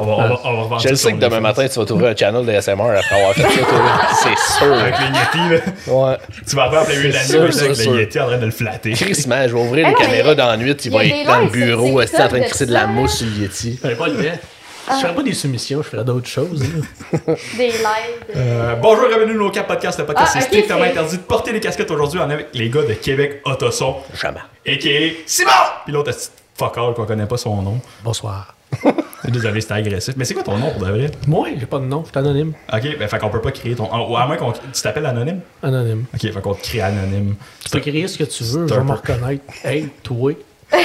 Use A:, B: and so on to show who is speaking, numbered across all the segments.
A: On va, on va, on va revendiquer
B: Je le sais
A: ton
B: que demain
A: OnlyFans.
B: matin, tu vas trouver un channel de SMR après avoir fait ça, toi. C'est sûr.
A: Avec le Yeti, là.
B: Ouais.
A: Tu vas après appeler la nuit
B: sûr,
A: avec
B: c'est
A: le
B: sûr.
A: Yeti en train de le flatter.
B: Chris, man, je vais ouvrir
C: Ah
B: les
C: non,
B: caméras
C: mais-
B: dans la nuit, il
C: y a
B: va
C: des
B: être dans le
C: lives sur
B: bureau, est-ce que
C: TikTok
B: en train de
C: de
B: crisser de la
C: ça,
B: mousse sur le Yeti.
D: J'avais pas l'idée. Je ferais pas des soumissions, je ferais d'autres choses. hein. là.
C: Des lives.
A: Euh, bonjour, et bienvenue au Cap Podcast. Le podcast,
C: Ah,
A: c'est
C: ok,
A: strictement
C: c'est-
A: interdit de porter les casquettes aujourd'hui. On est avec les gars de Québec Autoson,
B: Jamais.
A: a.k.a. Simon! Puis l'autre, c'est fuck all qu'on connaît pas son nom.
D: Bonsoir.
A: Désolé, c'était agressif. Mais c'est quoi ton nom pour de vrai?
D: Moi, j'ai pas de nom, je suis anonyme.
A: Ok, ben fait qu'on peut pas créer ton. Ou à moins qu'on. Tu t'appelles anonyme?
D: Anonyme.
A: Ok, fait qu'on te crée anonyme.
D: Tu peux crier ce que tu veux, je
A: un
D: vais me
A: peu-
D: reconnaître. Hey, toi, Chris,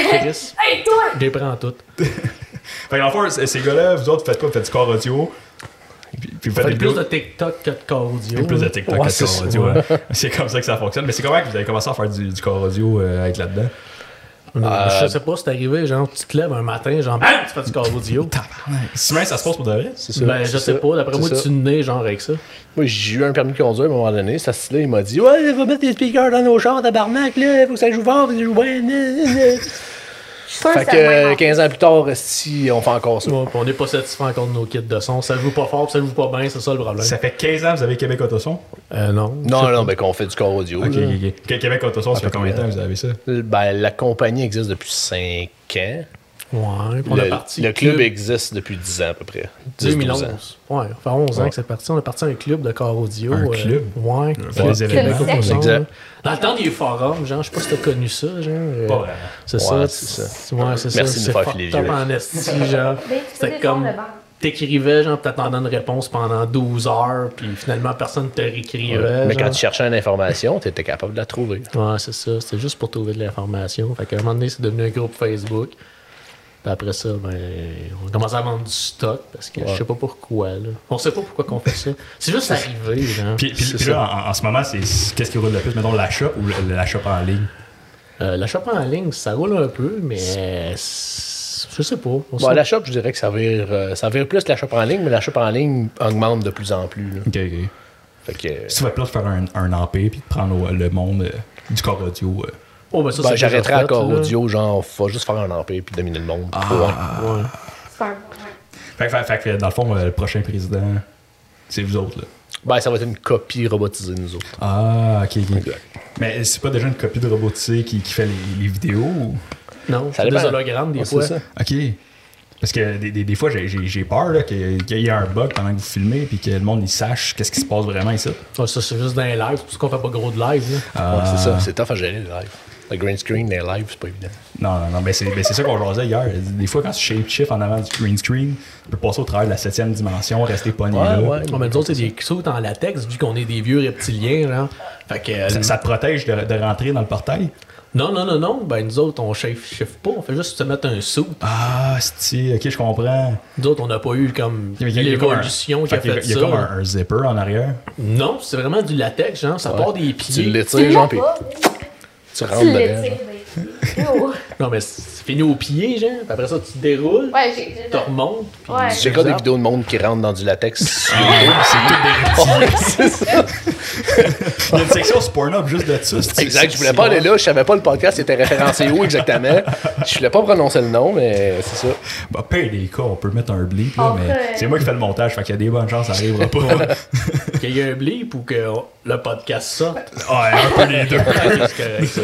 C: Hey, toi!
D: je les prends toutes.
A: Fait qu'en fait, c- ces gars-là, vous autres, vous faites quoi? Vous faites du corps audio. Puis, puis vous faites
D: Faites
A: des
D: plus
A: vidéos-
D: de TikTok que de cardio.
A: plus de TikTok
B: Ouais,
A: que
B: c'est
A: de corps
B: ça,
A: audio. hein. C'est comme ça que ça fonctionne. Mais c'est comment que vous avez commencé à faire du, du corps audio, euh, à être là-dedans?
D: Euh, Je sais pas, c'est arrivé, genre, tu te lèves un matin, genre, bam, tu fais du cardio.
A: Simon, ça se passe pour de vrai?
B: C'est ça.
D: Ben, je
B: c'est
D: sais
B: ça,
D: pas, d'après
B: c'est
D: moi,
B: ça.
D: tu nais, genre, avec ça.
B: Moi, j'ai eu un permis de conduire à un moment donné. Ça, là, il m'a dit Ouais, va mettre des speakers dans nos chars, tabarnak, là, faut que ça joue fort, faut que ça joue bien. nan, nan, nan.
C: Je suis sûre que
B: Fait
C: c'est le
B: que euh,
C: même
B: 15 ans plus tard, si on fait encore ça.
D: Ouais, pis on n'est pas satisfait encore de nos kits de son. Ça joue pas fort, pis ça joue pas bien, c'est ça le problème.
A: Ça fait 15 ans que vous avez Québec Autoson?
D: Euh, non.
B: Non, non, ben qu'on fait du corps audio.
A: Ok,
B: là.
A: ok, ok. Québec Autoson, ça
B: Ah,
A: fait combien de temps que vous avez ça?
B: Ben, la compagnie existe depuis 5 ans.
D: Ouais, pis on
B: le,
D: est parti.
B: le club existe depuis 10 ans à peu près. 10, 12 ans.
D: 2011. Ouais, ça fait 11 ans
B: Ouais.
D: que c'est parti. On est parti à un club de corps audio. euh,
A: Un club?
D: Ouais.
A: Fait les événements.
C: Québec
D: Autoson,
B: Exact.
D: là. Dans le temps des forums, genre, je sais pas si t'as connu ça, genre. euh,
A: Pas vraiment.
D: C'est
B: Ouais,
D: ça.
B: c'est ça.
D: Ouais, c'est ça.
B: Merci de nous
D: c'est
B: faire filer les
D: fucked up
B: yeux.
D: en esti, genre.
C: Mais tu peux
D: C'était
C: défendre
D: comme.
C: le banc.
D: T'écrivais, genre, pis t'attendais une réponse pendant 12 heures, puis finalement, personne te réécrivait.
B: Mais quand
D: genre.
B: tu cherchais une information, tu étais capable de la trouver.
D: Ouais, c'est ça. C'était juste pour trouver de l'information. Fait qu'à un moment donné, c'est devenu un groupe Facebook. Puis après ça, ben, on commence à vendre du stock parce que je sais pas pourquoi. Là. On sait pas pourquoi qu'on fait ça. C'est juste arrivé. Genre.
A: Puis, puis-
B: C'est
A: puis
B: ça.
A: là, en, en ce moment, c'est c'est- qu'est-ce qui roule le plus? Mettons la shop ou le- la shop en ligne?
D: Euh, la shop en ligne, ça roule un peu, mais c'est- je sais pas. On
B: Bon,
D: sait-
B: la shop, je dirais que ça vire, euh, ça vire plus la shop en ligne, mais la shop en ligne augmente de plus en plus. là.
A: Ok, ok.
B: Fait que, euh,
A: Si tu vas plus faire un, un empire puis de prendre le, le monde euh, du corps audio. euh,
D: Oh, ben ça,
B: ben,
D: c'est déjà
B: J'arrêterai
D: fait,
B: encore
D: là. Ah.
B: audio, genre, faut juste faire un empire puis dominer le monde. puis ouais.
D: Ouais.
C: super. Ouais.
A: Fait, que- fait, fait que dans le fond, euh, le prochain président, c'est vous autres. Là.
B: Ben, ça va être une copie robotisée, nous autres.
A: Ah, ok, ok. Mais c'est pas déjà une copie de robotisé qui, qui fait les, les vidéos? ou-
D: Non,
B: Ça
D: c'est des
B: dépend.
D: hologrammes des
B: Ouais,
D: fois.
B: c'est ça.
A: Ok. Parce que des, des- des fois, j'ai- j'ai j'ai peur là, qu'il qu'il y ait un bug pendant que vous filmez puis que le monde il sache qu'est-ce qui se passe vraiment ici.
D: Ouais, ça, c'est juste dans les lives. C'est pour ça qu'on fait pas gros de live. là.
B: Ouais, c'est ça. C'est tough à gérer le live. Le green screen, les lives, c'est pas évident.
A: Non, non, non, mais c'est ben, c'est ça qu'on jasait hier. Des fois, quand tu shape shift en avant du green screen, tu peux passer au travers de la septième dimension, rester pogné là.
D: Ouais, mais nous autres, c'est des sauts en latex, vu qu'on est des vieux reptiliens, genre. Fait que. euh,
A: Ça, ça te protège de, de rentrer dans le portail.
D: Non, non, non, non. Ben, nous autres, on chef chef pas. On fait juste se mettre un saut.
A: Ah, si, ok, je comprends.
D: Nous autres, on n'a pas eu comme
A: Il y a- il y a comme un-
D: l'évolution qui a
A: il y a-
D: fait
A: Il y a
D: ça.
A: comme un, un zipper en arrière.
D: Non, c'est vraiment du latex, genre. Ça part des
B: Tu
D: pieds.
B: l'étires, genre, puis
C: pas,
B: tu
A: Ah, ben,
B: rentres
C: tu
B: dedans. genre.
C: l'étires, baby. Oh.
D: Non, mais c'est fini aux pieds, genre. Puis après ça, tu te déroules,
C: Ouais, j'ai. j'ai-
D: tu remontes. puis-
C: Ouais.
B: J'ai encore des vidéos de monde qui rentre dans du latex.
A: Il y a une section sur Pornhub juste là-dessus.
B: Exact, je voulais pas aller là, je savais pas le podcast était référencé où exactement. Je voulais pas prononcer le nom, mais c'est ça.
A: Bah, paye des cas, on peut mettre un bleep, là,
C: On
A: mais
C: peut.
A: c'est moi qui fais le montage, fait qu'il y a des bonnes chances, ça arrivera pas.
D: Qu'il y ait un blip ou que oh, le podcast sorte.
A: Ah, ouais, un peu les deux.
D: Ouais, c'est correct, ça.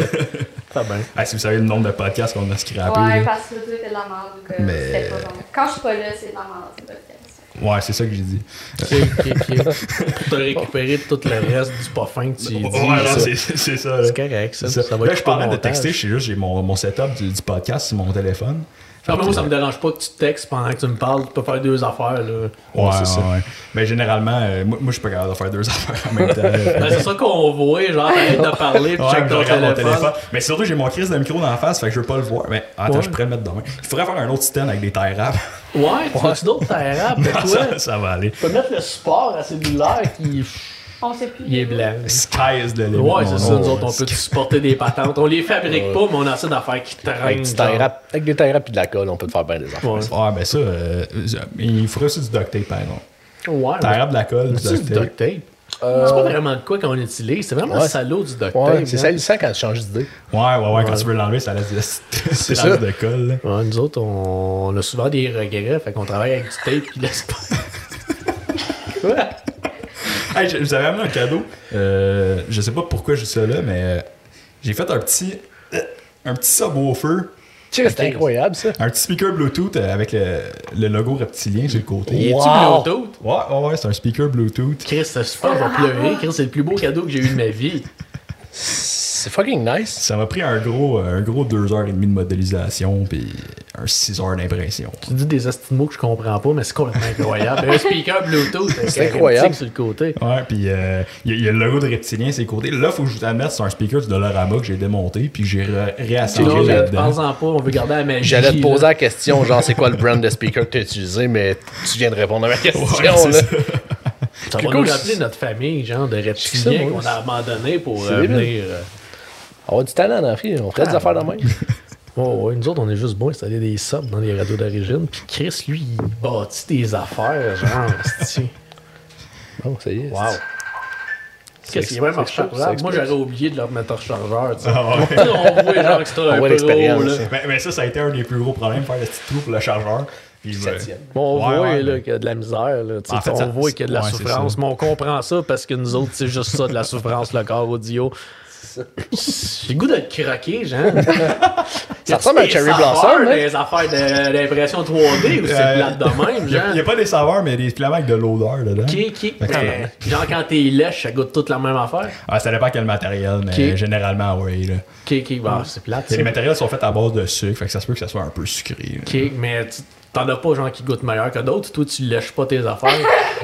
D: Pas bien.
A: Ah, si vous savez le nombre de podcasts qu'on a scrappé.
C: Ouais,
A: là.
C: parce que tout était de la merde. donc, euh,
A: Mais-
C: c'était pas bon. Quand je suis pas là, c'est de la merde. c'est pas le cas.
A: Ouais, c'est ça que j'ai dit.
D: Ok, ok, ok. Pour te récupérer de tout le reste du pas fin que tu dis.
A: Ouais, non,
D: ça.
A: c'est c'est ça. là.
D: C'est correct, ça.
A: C'est
D: Ça va
A: là,
D: être
A: je parlais
D: pas
A: de
D: montage.
A: texter, je sais juste, j'ai mon, mon setup du, du podcast sur mon téléphone.
D: Ah, mais moi, ça me dérange pas que tu textes pendant que tu me parles. Tu peux faire deux affaires, là.
A: Ouais, ouais, ouais. Mais généralement, euh, moi, moi, je suis pas capable de faire deux affaires en même temps. là.
D: Ben, c'est ça qu'on voit, genre, t'arrêtes de parler, puis
A: Ouais,
D: check
A: je
D: ton
A: regarde mon
D: téléphone.
A: téléphone. Mais surtout, j'ai mon crise de micro dans la face, fait que je veux pas le voir. Mais ah, attends,
D: Ouais.
A: je pourrais le mettre demain. Il faudrait faire un autre stand avec des tailles rap.
D: Ouais, tu as-tu d'autres terrables, mais toi?
A: ça, ça va aller.
D: Tu peux mettre le sport à cellulaire qui
C: On sait plus.
D: il est blanc.
A: Sky is the limit.
D: Ouais,
A: mon
D: c'est ça,
A: nom.
D: nous autres, on peut supporter des patentes. On les fabrique pas, mais on a assez d'affaires qui
B: Avec,
D: traînent.
B: du
D: genre.
B: tie rap- avec des tie rap et de la colle, on peut te faire bien des affaires.
D: Ouais.
A: Ouais, ben ça, euh, je- il faudrait aussi du duct tape, par exemple.
D: Ouais,
A: Taille rap de la colle, du
D: mais- C'est
A: duct
D: du
A: tape.
D: duct tape. Euh, C'est pas vraiment de quoi qu'on utilise, c'est vraiment
B: Ouais.
D: salaud du duct
B: Ouais,
D: tape, hein.
B: c'est
D: là.
B: salissant quand tu changes d'idée.
A: Ouais, ouais, ouais, quand tu veux l'enlever, ça laisse des c'est
B: ça.
A: de colle. là.
D: Ouais, nous autres, on, on a souvent des regrets, fait qu'on travaille avec du tape qui laisse pas.
B: Ouais.
A: Hey, je, je vous avais amené un cadeau. Euh, je sais pas pourquoi j'ai ça là, mais euh, j'ai fait un petit, euh, un petit subwoofer,
B: Tu sais, c'est incroyable ça.
A: un petit speaker Bluetooth euh, avec le, le logo reptilien sur le
D: Il
A: côté.
D: est-tu
B: Wow.
D: Bluetooth?
A: Ouais, ouais, ouais, c'est un speaker Bluetooth.
D: Chris, c'est super, on va pleurer. Chris, c'est le plus beau cadeau que j'ai eu de ma vie.
B: C'est fucking nice.
A: Ça m'a pris un gros, euh, un gros 2h30 de modélisation, puis un 6h d'impression.
D: Tu dis des estimaux mots que je comprends pas, mais c'est complètement incroyable. un speaker Bluetooth, avec un
B: incroyable.
D: reptique sur le côté.
A: Ouais, puis il y, a- y a le logo de reptilien, c'est côté. Là, faut que je vous admette, c'est un speaker du Dollarama que j'ai démonté, puis que j'ai re-
D: Non,
A: réassemblé
D: mais
A: là-dedans.
D: pense-en pas, on veut garder la magie.
B: J'allais te
D: là.
B: poser la question, genre, c'est quoi le brand de speaker que tu as utilisé, mais tu viens de répondre à ma question.
A: Ouais, c'est
B: là.
A: ça.
D: Ça
B: Plus
D: va
B: cool,
D: nous rappeler
B: c'est-
D: notre famille, genre, de
B: ça,
D: reptiliens
B: moi,
D: qu'on a abandonné pour
B: C'est
D: euh,
B: débile.
D: venir. euh,
B: On va du talent dans la fille, on ferait des affaires de même.
D: Oh, ouais, nous autres, on est juste bons à installer des subs dans les radios d'origine. Puis Chris, lui, il bâtit des affaires, genre, c'est-tu.
B: Bon, ça y est.
D: Wow. Qu'est-ce qu'il y a même un
B: c'est-
D: rechargeur?
B: c'est-
D: Moi, j'aurais oublié de leur mettre un rechargeur, tu sais.
A: Ah ouais.
D: on voit, genre, que c'est
B: On voit
D: un pro,
B: l'expérience,
D: là.
B: ça.
A: Mais, mais ça, ça a été un des plus gros problèmes, faire le petit trou pour le chargeur. Puis,
B: ça
A: euh,
B: tienne.
D: Bon, on
A: Ouais,
D: voit
A: ouais,
D: là,
A: mais-
D: qu'il y a de la misère. Là, tu sais,
A: En fait,
D: on
A: ça-
D: voit qu'il y a de la
A: ouais, c'est
D: souffrance,
A: ça.
D: mais on comprend ça parce que nous autres, c'est juste ça, de la souffrance, le corps audio. J'ai le goût de le craquer, genre.
B: Ça ressemble à un cherry blossom,
D: blossom.
B: hein?
D: Des affaires de- d'impression 3D ou c'est
A: Euh,
D: plate de même,
A: Il y a,
D: genre.
A: il y a pas des saveurs, mais des filaments avec de l'odeur dedans.
D: Qui, qui,
A: Fait que
D: euh, genre quand t'es lèche, ça goûte toute la même affaire.
A: Ah, ça dépend quel matériel, mais
D: Qui-
A: généralement, oui. Là.
D: Qui, qui, bah, c'est plate.
A: Et
D: ça.
A: Les matériels sont faits à base de sucre, fait que ça se peut que ça soit un peu sucré. là.
D: Qui, mais tu- t'en as pas genre qui goûte meilleur que d'autres. Toi, tu lèches pas tes affaires.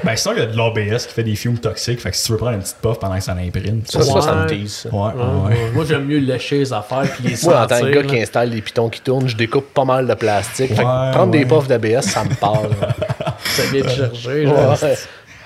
A: Ben, sinon, il y a de l'ABS qui fait des fumes toxiques, fait que si tu veux prendre une petite puff pendant que ça l'imprime.
B: Ça, ça, ça me
D: Ouais.
B: tease. ça.
A: Ouais, ouais,
D: Ouais,
A: ouais.
D: ouais. Moi, j'aime mieux lécher les affaires puis les
B: Moi, en tant
D: sentir.
B: que gars
D: là.
B: qui installe des pitons qui tournent, je découpe pas mal de plastique. fait que
A: Ouais,
B: prendre
A: ouais.
B: des puffs d'ABS, ça me parle.
D: Ça vient de charger. genre.
B: Ouais.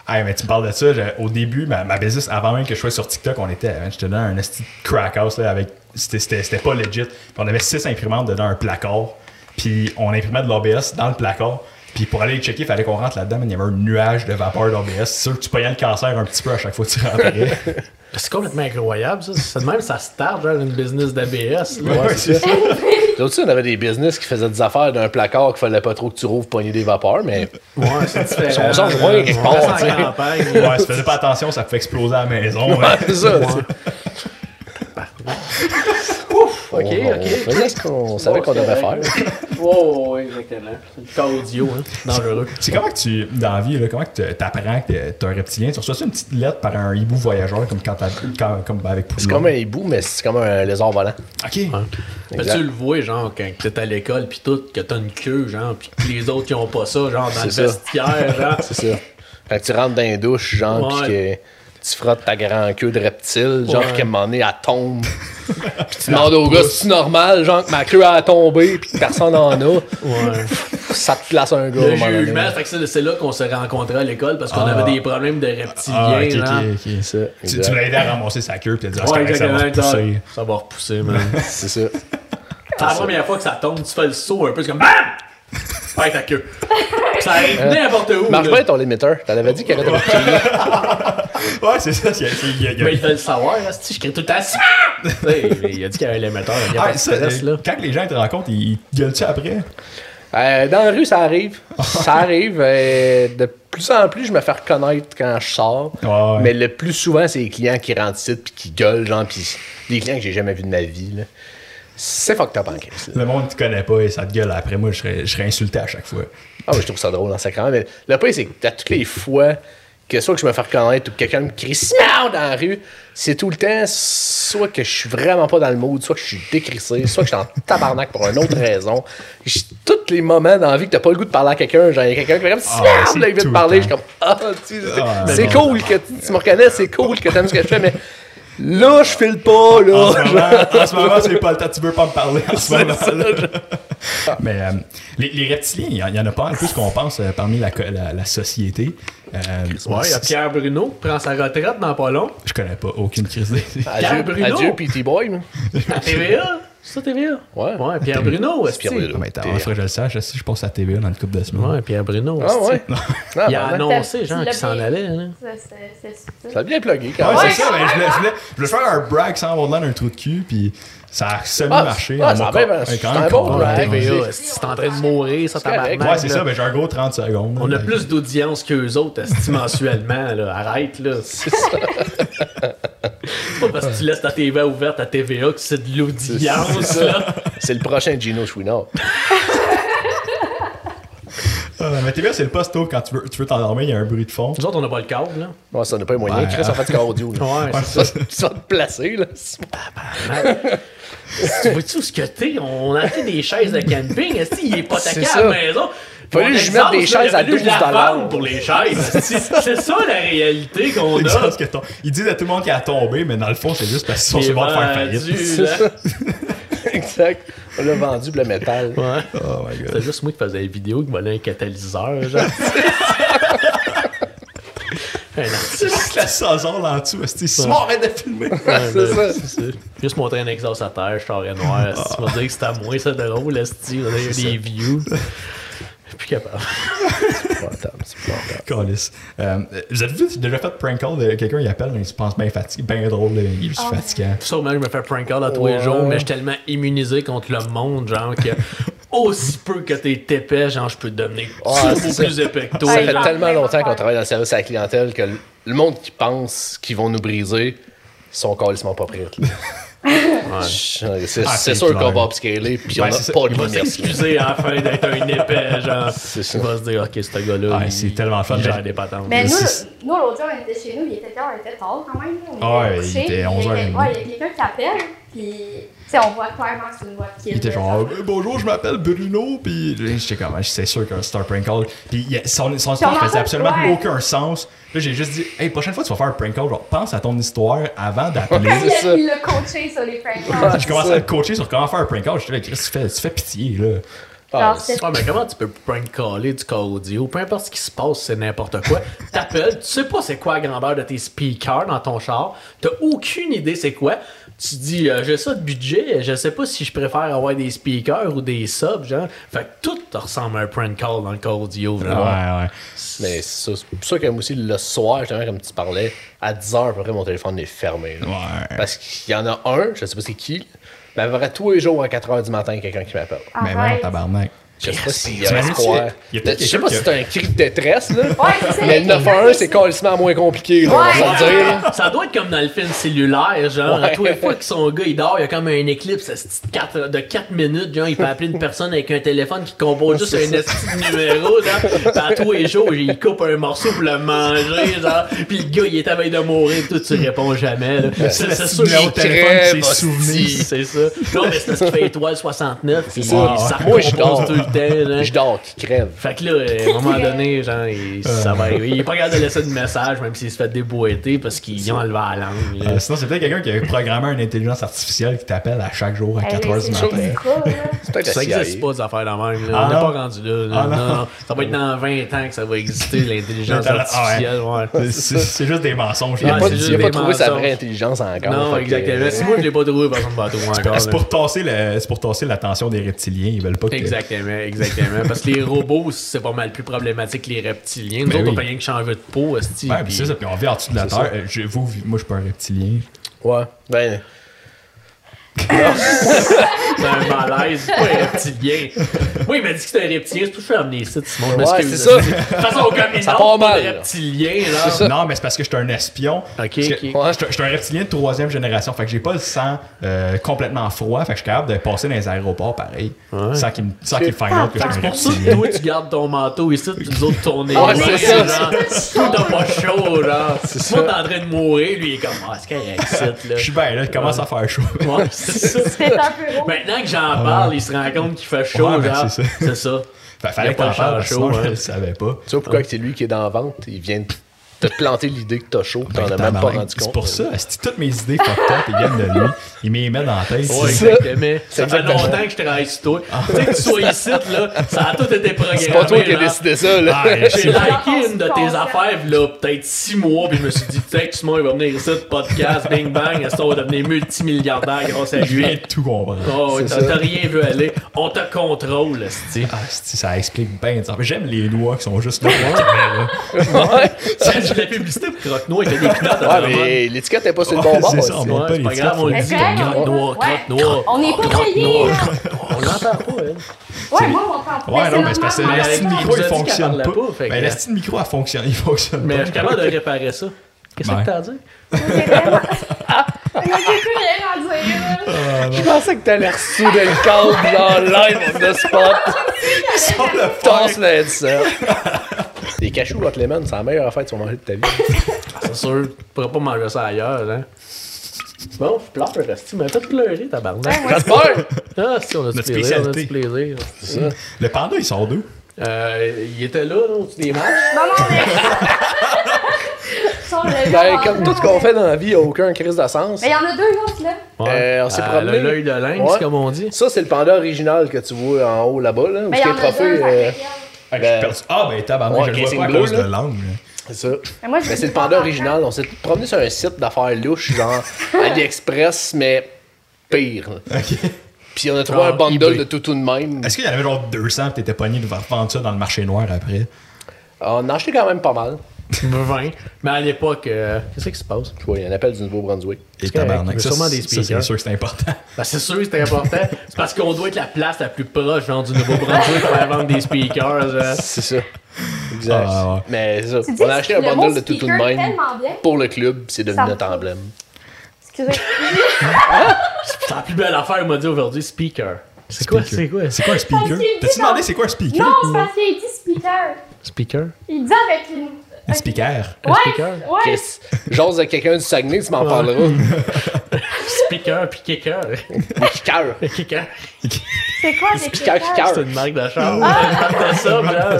A: Hey, mais tu me parles de ça, j'ai- au début, ma, ma business, avant même que je sois sur TikTok, on était, hein, j'étais dans un esti de crack house là, avec, c'était, c'était, c'était pas legit. Puis on avait six imprimantes dedans un placard, puis on imprimait de l'OBS dans le placard. Puis pour aller le checker, il fallait qu'on rentre là-dedans, mais il y avait un nuage de vapeur d'OBS. C'est sûr que tu payais le cancer un petit peu à chaque fois que tu rentrais.
D: C'est complètement incroyable, ça. C'est de même, ça start, genre, une business d'ABS. là.
A: Ouais, c'est ça.
B: D'autres, tu sais, on avait des business qui faisaient des affaires d'un placard qu'il fallait pas trop que tu rouvres, pogner des vapeurs, mais
D: Ouais, c'est différent.
B: On s'en joint quelque
D: On
B: part,
D: reste en
B: tu sais.
D: campagne.
A: Ouais, si tu faisais pas attention, ça pouvait exploser à la maison. hein.
B: c'est ça. tu sais.
D: Ouf, ok,
B: On- on
D: ok.
B: faisait ce qu'on savait qu'on devait faire.
D: Wow, ouais, exactement. C'est le cas audio, hein. Dangereux.
A: C'est comment que tu, dans la vie, là, comment que tu- t'apprends que t'es- t'es un reptilien? Tu reçois une petite lettre par un hibou voyageur comme quand t'as, quand- comme avec Poulon?
B: C'est comme un hibou, mais c'est comme un lézard volant.
A: Ok.
D: Mais
B: Exact.
D: tu le vois, genre, quand t'es à l'école, pis tout, que t'as une queue, genre, pis que les autres, qui ont pas ça, genre, dans le
B: C'est ça.
D: vestiaire, genre.
B: C'est ça. Fait que tu rentres dans les douches, genre,
D: Ouais.
B: pis que tu frottes ta grande queue de reptile, genre,
D: Ouais.
B: qu'à un moment donné, elle tombe. pis tu demandes au gars, c'est normal, genre, que ma queue a tombé, pis que personne en a.
D: Ouais.
B: Ça te place un gars, à
D: Le
B: un moment donné.
D: jugement, fait que c'est- c'est là qu'on s'est rencontrés à l'école parce qu'on
A: Ah.
D: avait des problèmes de reptiliens,
A: Ah, ok, ok,
D: genre.
A: ok.
B: C'est ça.
A: Tu,
B: exact.
A: tu l'as aidé à ramasser sa queue, puis elle dit, ah, c'est
D: Ouais,
A: correct, ça va
D: exactement. genre,
A: repousser.
D: Ça va repousser, man.
B: C'est ça.
D: C'est la première fois que ça tombe, tu fais le saut un peu, c'est comme BAM! Avec ta queue. Ça arrive n'importe où.
B: Marche
D: là.
B: bien ton limiteur. T'en avais dit qu'il y avait ton
A: Ouais, c'est ça. c'est- c'est- il y a- il y a-
D: Mais il fait le savoir, là, si je crie tout le temps SMAM! Tu sais, Il a dit qu'il y avait l'émetteur, il y a
A: Ah,
D: pas de
A: ça,
D: stress,
A: euh,
D: là.
A: quand les gens te rencontrent, ils ils gueulent-tu après?
B: Euh, dans la rue, ça arrive. Ça arrive. euh, de plus en plus, je me fais reconnaître quand je sors.
A: Ouais, ouais.
B: Mais le plus souvent, c'est les clients qui rentrent ici puis qui gueulent, genre, puis des clients que j'ai jamais vus de ma vie. là. C'est fucked up en crise. là.
A: Le monde ne te connaît pas et ça te gueule après. Moi, je serais, je serais insulté à chaque fois.
B: Ah, ouais, je trouve ça drôle en sacrement. Mais le pire, c'est que à toutes les fois que soit que je me fais reconnaître ou que quelqu'un me crie Simon dans la rue, c'est tout le temps soit que je suis vraiment pas dans le mood, soit que je suis décrissé, soit que je suis en tabarnak pour une autre raison. J'ai- Tous les moments dans la vie que t'as pas le goût de parler à quelqu'un, genre il y a quelqu'un qui fait comme Simon,
A: Ah, c'est
B: là, il vient
A: tout le
B: de parler, je
A: temps.
B: suis comme Ah, tu sais,
A: Ah,
B: c'est
A: ouais,
B: cool que tu, tu me reconnais, c'est cool que t'aimes ce que je fais, mais là, je file pas,
A: En
D: Oh,
A: ce
B: là.
A: moment, en ce moment, c'est pas le temps. Tu veux pas me parler en ce moment. Mais euh, les, les reptiliens, il y en- il y, en a pas mal plus qu'on pense euh, parmi la, co- la, la société. Euh,
D: Ouais, il y a Pierre Bruno qui prend sa retraite dans pas long. Ah,
A: Je connais pas aucune crise.
D: Pierre
B: Adieu,
D: Bruno.
B: adieu, PT Boy. là.
D: À TVA, C'est ça, TVA?
B: Ouais.
D: Ah, Ouais, Pierre Bruno,
B: C'est Pierre
D: est-ce
B: Bruno.
A: Ah, mais attends, il faudrait que je le sache. Si je passe à TVA dans une couple de semaines.
D: Ouais, Pierre Bruno.
B: Ah ouais? Ah,
D: Il a
B: ben,
D: annoncé,
C: Tu
D: genre,
C: l'as
D: qu'il s'en
C: bien.
D: allait. Là.
C: Ça, c'est c'est subtil.
B: Ça a bien plugué quand
A: Ah Ouais,
B: même.
C: Ouais,
A: c'est ça,
C: quand
A: mais je voulais, je, voulais, je voulais faire un brag sans avoir l'air d'un trou de cul, puis ça a semi-marché.
B: ah,
A: On
B: ça
A: m'a
B: va
A: co-
B: bien,
A: ouais,
B: c'est
A: quand
B: un
A: même
B: bon
A: con-
D: Ouais,
B: brag.
A: Ouais,
B: Ouais,
D: TVA,
B: c'est-
D: c'est en train de mourir, ça
B: C'est correct.
D: tabarnak.
A: c'est
D: là.
A: ça, mais j'ai un gros 30 secondes.
D: On a
A: là.
D: plus d'audience qu'eux autres, esti, mensuellement, là. Arrête, là. C'est ça. C'est pas parce que tu laisses ta TV ouverte à TVA que c'est de
B: C'est
D: l'audience,
B: ça.
D: là.
B: C'est le prochain Gino Chouinard.
A: Ah, mais TVA, c'est le poste tôt quand tu veux tu veux t'endormir, il y a un bruit de fond.
D: Nous autres, on n'a pas le câble, là.
B: Ouais, ça n'a pas les moyens.
A: Ouais,
B: Chris,
A: hein.
B: en fait du cardio. là.
D: Ouais, c'est
B: Ça, tu vas te placer, là.
D: ça. Tu vois-tu où ce que t'es? On a acheté des chaises de camping, est-ce il est pas
B: C'est
D: taqué à
B: ça.
D: la maison?
B: Fallait
D: Mon
B: que je mette
D: essence,
B: des
D: là,
B: chaises à
D: il a fallu que je
B: 12
D: la
B: dollars.
D: vende pour les chaises. esti. C'est ça, la réalité qu'on
A: Ils
D: a.
A: disent que ton- Ils disent à tout le monde qu'il a tombé, mais dans le fond, c'est juste parce qu'ils sont
D: T'es
A: sur le bord de faire
D: vendu,
A: faillite.
D: là.
B: exact. On l'a vendu pour le métal.
D: Ouais.
A: Oh my god.
D: C'était juste moi qui faisais les vidéos qui volait un catalyseur, genre. un artiste.
A: Juste la saison là en dessous, c'est Simon, arrête de filmer.
B: C'est ça.
D: Juste montrer un exhaust à terre, je suis en noir. esti. Tu vas dire que c'était à moi, ça drôle, esti. Il y a des views. Je suis plus capable.
B: C'est pas rentable, c'est pas rentable.
A: Câlisse. Euh, vous avez vu, j'ai déjà fait de prank call de quelqu'un, il appelle, mais il se pense bien fatigué, bien drôle, là, il est juste
C: Ah.
A: fatigant.
D: Sûrement que je me fais prank call à tous les
B: Ouais.
D: jours, mais je suis tellement immunisé contre le monde, genre, que aussi peu que t'es épais, genre, je peux devenir
B: Ouais,
D: beaucoup
B: c'est
D: plus
B: ça.
D: épais que toi.
B: Ça
C: Ouais,
B: fait
D: genre.
C: non.
B: tellement longtemps qu'on travaille dans le service à la clientèle que le- le monde qui pense qu'ils vont nous briser sont carrément pas prêts. là. Je- C'est
A: Ah,
B: c'est
A: c'est
B: sûr
A: clair.
B: qu'on va upscaler puis
A: Ouais,
B: on
A: c'est ça.
B: n'a pas
D: Il
B: de
D: va
B: limite.
D: s'excuser à la fin d'être un épais, genre.
B: C'est ça.
D: Il va se dire, ok, ce gars-là.
A: Ah,
D: il-
A: c'est tellement fun.
D: Il gère des patentes.
C: Mais nous,
A: c'est-
C: nous l'autre jour, on était chez nous, il était tard, on était tard quand même. là, on
A: Ah ouais,
C: couchés,
A: il était
C: puis
A: 11h30.
C: Ouais, il y a quelqu'un qui appelle, puis tu sais, on voit clairement que c'est une voix qui
A: Il était genre, Euh, bonjour, je m'appelle Bruno, puis là, j'étais comme, Ah, c'est sûr qu'un star prank call. Puis il y a- son, son histoire
C: Son
A: faisait
C: enfant,
A: absolument
C: ouais.
A: aucun sens. Là, j'ai juste dit, hey, prochaine fois, tu vas faire un prank call, genre, pense à ton histoire avant d'appeler.
C: Il
B: C'est ça.
C: a- il l'a coaché sur les prank calls.
A: je commençais à
B: ça.
A: le coacher sur comment faire un prank call. J'étais là, Chris, tu fais, tu fais pitié, là.
B: Ah,
C: Genre, c'est-
D: Ouais, mais comment tu peux prank caller du corps audio? Peu importe ce qui se passe, c'est n'importe quoi. T'appelles, tu sais pas c'est quoi la grandeur de tes speakers dans ton char. T'as aucune idée c'est quoi. Tu dis, euh, j'ai ça de budget, je sais pas si je préfère avoir des speakers ou des subs, genre. Fait que tout te ressemble à un prank call dans le corps audio, vraiment.
A: Ouais, ouais.
B: Mais c'est ça, c'est pour ça que moi aussi, le soir, justement, comme tu parlais, à 10h, après, mon téléphone est fermé. là.
A: Ouais.
B: Parce qu'il y en a un, je sais pas c'est qui, mais à peu près tous les jours à 4h du matin, quelqu'un qui m'appelle.
A: Mais
C: Arrête.
A: même, tabarnak.
B: Je sais pas s'il y a
A: T'imagines s'il
B: espoir.
A: y a- il y a peut-être
B: Je sais pas si
A: quelqu'un
B: c'est un cri de détresse, là.
C: Ouais, c'est ça,
B: mais
C: il
B: le
C: y a
B: 911, c'est
C: quelqu'un
B: carrément moins compliqué, là, on va se
C: Ouais.
B: le dire.
D: Ça doit être comme dans le film cellulaire, genre, à
B: Ouais.
D: tous les fois que son gars il dort, il y a comme un éclipse esti, de 4, minutes, genre, il peut appeler une personne avec un téléphone qui compose juste un esti de numéro, genre, pis à tous les jours, il coupe un morceau pour le manger, genre, pis le gars il est à veille de mourir, toi tu réponds jamais, là. C'est c'est sûr,
A: numéro de
D: que-
A: téléphone,
B: crève,
A: c'est souvenirs.
D: c'est ça. Non, mais c'est parce qu'il fait étoile 69, pis
B: ça.
D: il ça
B: Moi, je
D: recompose
B: dors.
D: tout le temps, là.
B: Je dors, qui crève.
D: Fait que là, euh, à un moment donné, genre, il, ça va arriver. Il est pas capable de laisser de message, même s'il se fait déboîter parce qu'ils ont enlevé la langue. là.
A: Euh, sinon, c'est peut-être quelqu'un qui a programmé une intelligence artificielle qui t'appelle à chaque jour à
C: Hey,
A: 4h du
C: c'est
A: matin.
C: du cas, là.
B: C'est peut-être
D: Ça
B: la CIA.
D: existe pas des affaires de même. là.
A: Ah
D: On n'est
A: non.
D: pas rendu là. là.
A: Ah
D: non.
A: non.
D: non. Ça va être dans 20 ans que ça va exister, l'intelligence
A: Ah ouais.
D: artificielle. ouais.
A: C'est- C'est c'est juste des mensonges.
D: Il y
A: là.
D: a Ah,
B: Pas-
D: c'est
B: Il
D: juste
B: a pas
D: des
B: trouvé sa
D: mensonges.
B: vraie intelligence encore.
D: Non,
B: fait que-
D: exactement. Si moi je l'ai pas trouvé, personne ne va la trouver encore.
A: C'est
D: Ah, là.
A: pour tasser le- c'est pour tasser l'attention des reptiliens. Ils veulent pas que
D: Exactement, exactement. Parce que les robots, c'est pas mal plus problématique que les reptiliens. Nous
A: Ben
D: autres, on
A: oui.
D: peut rien que changer de peau, esti,
A: Ouais,
D: puis-
A: puis c'est ça, puis on vit en dessous de la
B: C'est ça.
A: terre. Euh, je- vous, vous- moi, je suis pas un reptilien.
B: Ouais. Ben,
D: C'est un malaise, c'est pas un reptilien. Moi, il m'a dit que c'était un reptilien, c'est pour ça que je suis amené ici, Simon. je
B: Ouais,
D: m'excuse.
B: c'est ça.
D: De toute façon, comme il
B: Ça part
D: parle pas de
B: mal, là.
D: reptilien, là.
B: C'est ça.
A: Non, mais c'est parce que je suis un espion. Parce que-
D: ok.
A: Je suis un- je suis un reptilien de troisième génération. Fait que j'ai pas le sang euh, complètement froid. Fait que je suis capable de passer dans les aéroports pareil. Sans qu'ils me- sans qu'ils fassent l'autre que je
D: Fait que
A: suis
D: c'est
A: un
D: pour ça que
A: reptilien.
D: toi, tu gardes ton manteau ici, tu nous autres, ton nez.
B: Ouais, c'est ça.
D: Tout t'as pas chaud, là.
B: ça.
D: Moi, t'es en train de mourir, lui, il est comme, ah, est-ce qu'il excite, là?
A: Je suis bien là, il commence à faire chaud.
D: Ouais, c'est ça.
C: C'est un peu haut.
D: Maintenant que
B: Ah.
D: j'en parle, il se rend compte qu'il fait chaud,
A: Ouais, ben,
D: genre.
A: c'est ça.
D: C'est ça.
A: Fait
D: Il y a
A: fallait que
D: pas
A: t'en
D: de chaleur
A: parles,
D: chaud,
A: sinon je
D: hein.
A: le savais pas.
B: tu vois pourquoi que c'est lui qui est dans la vente? Il vient de T'as planté l'idée que t'as chaud, que t'en as même pas rendu compte.
A: Ben,
D: hein.
A: C'est pour ça, esti, toutes mes idées fucked up, ils viennent de lui. Il me les met dans la tête.
D: Ouais,
B: ça.
D: exactement. Ça fait
B: exactement. Ah.
D: longtemps que je travaille sur toi. Tu sais que tu sois ici, là, ça a tout été programmé.
B: C'est pas toi qui as
D: là.
B: décidé ça, là.
A: Ah,
D: J'ai
A: c'est-
D: liké une de tes affaires, là, peut-être six mois, puis je me suis dit, peut-être que ce mois, il va venir ici, de podcast, bing bang, est-ce qu'on va devenir multimilliardaire grâce à
A: Je viens
D: lui?
A: de tout comprendre.
D: Oh, ouais,
B: C'est
D: t'as
B: ça.
D: t'as rien vu aller. On te contrôle, esti.
A: Ah, esti, ça explique bien. ça. J'aime les lois qui sont juste là. pour la caméra.
D: Ça, j'ai de la publicité pour Croque-Noir avec des culottes à
B: Ouais,
D: la mode.
B: mais l'étiquette est pas sur le
A: Ouais,
B: bon bord.
A: c'est ça,
B: aussi.
A: bon.
D: Ouais, c'est pas grave, on le
C: Mais
D: dit,
C: c'est vrai, on-
D: Croque-Noir,
C: ouais.
D: Croque-Noir.
C: On n'est pas payé,
D: Croque-Noir.
C: là.
D: On l'entend pas, elle.
C: Ouais, moi, on comprend.
A: Ouais, non, mais c'est parce que
C: Ah,
D: normal.
A: l'esti de
D: Mais
A: micro, il
D: elle nous a dit
A: fonctionne
D: qu'elle
A: pas.
D: parlait pas, fait
A: Ben,
D: que-
A: l'esti de micro, elle fonctionne. Il fonctionne
D: Mais je
A: pas.
D: suis capable de réparer ça. Qu'est-ce
A: Ben.
D: que t'as à dire?
C: J'ai plus rien à dire, là.
B: Je pensais que t'allais ressouder le câble dans live on the spot.
A: Sans le
B: Tasse le headset. Des cachous Hot Lemon, c'est la meilleure affaire que tu vas manger de ta vie.
D: C'est sûr, tu pourrais pas manger ça ailleurs, hein. Bon, je pleure, Resti, mais fait pleurer, tabarnak.
B: J'espère!
D: Ah, si, on a du
A: Notre
D: plaisir, on a du
A: spécialité.
D: plaisir.
A: Le panda, ils sont deux.
D: Euh, il était là, là, au-dessus des marches.
C: Non, non, mais. Ça, on l'a
B: Ben,
C: vu
B: comme
C: en-
B: tout ce qu'on fait dans la vie, il n'y a aucun crise de sens.
C: Mais il y en a deux autres, là.
B: Euh, on s'est promené.
D: L'œil de lynx,
B: Ouais.
D: comme on dit.
B: Ça, c'est le panda original que tu vois en haut là-bas, là, où
C: Mais
B: ce
C: il
B: qui
C: y
B: est
C: en a
B: trophée,
C: deux,
B: euh,
C: avec elle.
A: Ah,
B: Ben-
A: je suis perdu. Ah, ben, tabarnak,
B: Ouais,
A: je le vois
B: Kissing
A: pas à
B: Blue,
A: cause de
B: là.
A: l'angle.
B: C'est ça.
C: Mais moi, je
B: Mais c'est le
C: pas
B: panda
C: dans
B: original. On s'est promené sur un site d'affaires louches, genre AliExpress, mais pire. là.
A: OK.
B: Puis on a
A: Ah,
B: trouvé
D: Genre
B: un bundle
D: eBay.
B: de tout tout de même.
A: Est-ce qu'il y en avait genre 200 pis t'étais pogné de vendre ça dans le marché noir après?
B: Ah, On en a acheté quand même pas mal.
D: Me vint. Mais à l'époque, euh, qu'est-ce qui se passe?
B: Tu vois, il y a un appel du Nouveau-Brunswick.
A: Et
D: correct,
A: tabarnak.
D: mais
A: Ça,
D: sûrement
A: c'est-
D: des
A: ça, c'est
D: speakers.
A: sûr que c'est important.
D: Ben, c'est sûr, c'est important. c'est parce qu'on doit être la place la plus proche, genre, du Nouveau-Brunswick pour la vendre des speakers. euh.
B: C'est ça. Exact.
A: Ah, ouais.
B: Mais c'est ça.
C: Tu dis
B: On a acheté un
C: le mot
B: bundle de tout tout de
C: speaker
B: même
C: tellement bien.
B: pour le club, puis c'est devenu
C: Ça me
B: notre
C: fait-
B: emblème.
C: Excusez.
D: C'est la plus belle affaire, il m'a dit aujourd'hui, speaker. C'est quoi?
A: Speaker.
D: C'est quoi?
A: C'est quoi un
C: Parce
A: speaker?
C: qu'il dit
A: T'as-tu
C: dans-
A: demandé c'est quoi un speaker?
C: Non, c'est parce qu'il dit speaker.
D: Speaker?
C: Il dit avec une.
A: Un speaker.
C: Ouais,
D: speaker?
C: ouais.
B: Chris, J'ose à quelqu'un du Saguenay, tu m'en parleras.
D: Speaker puis kicker.
B: Mais kicker.
D: kicker.
C: C'est quoi
B: Kicker,
C: des kickers?
B: kicker.
D: C'est une marque de char. Je parle de ça, genre,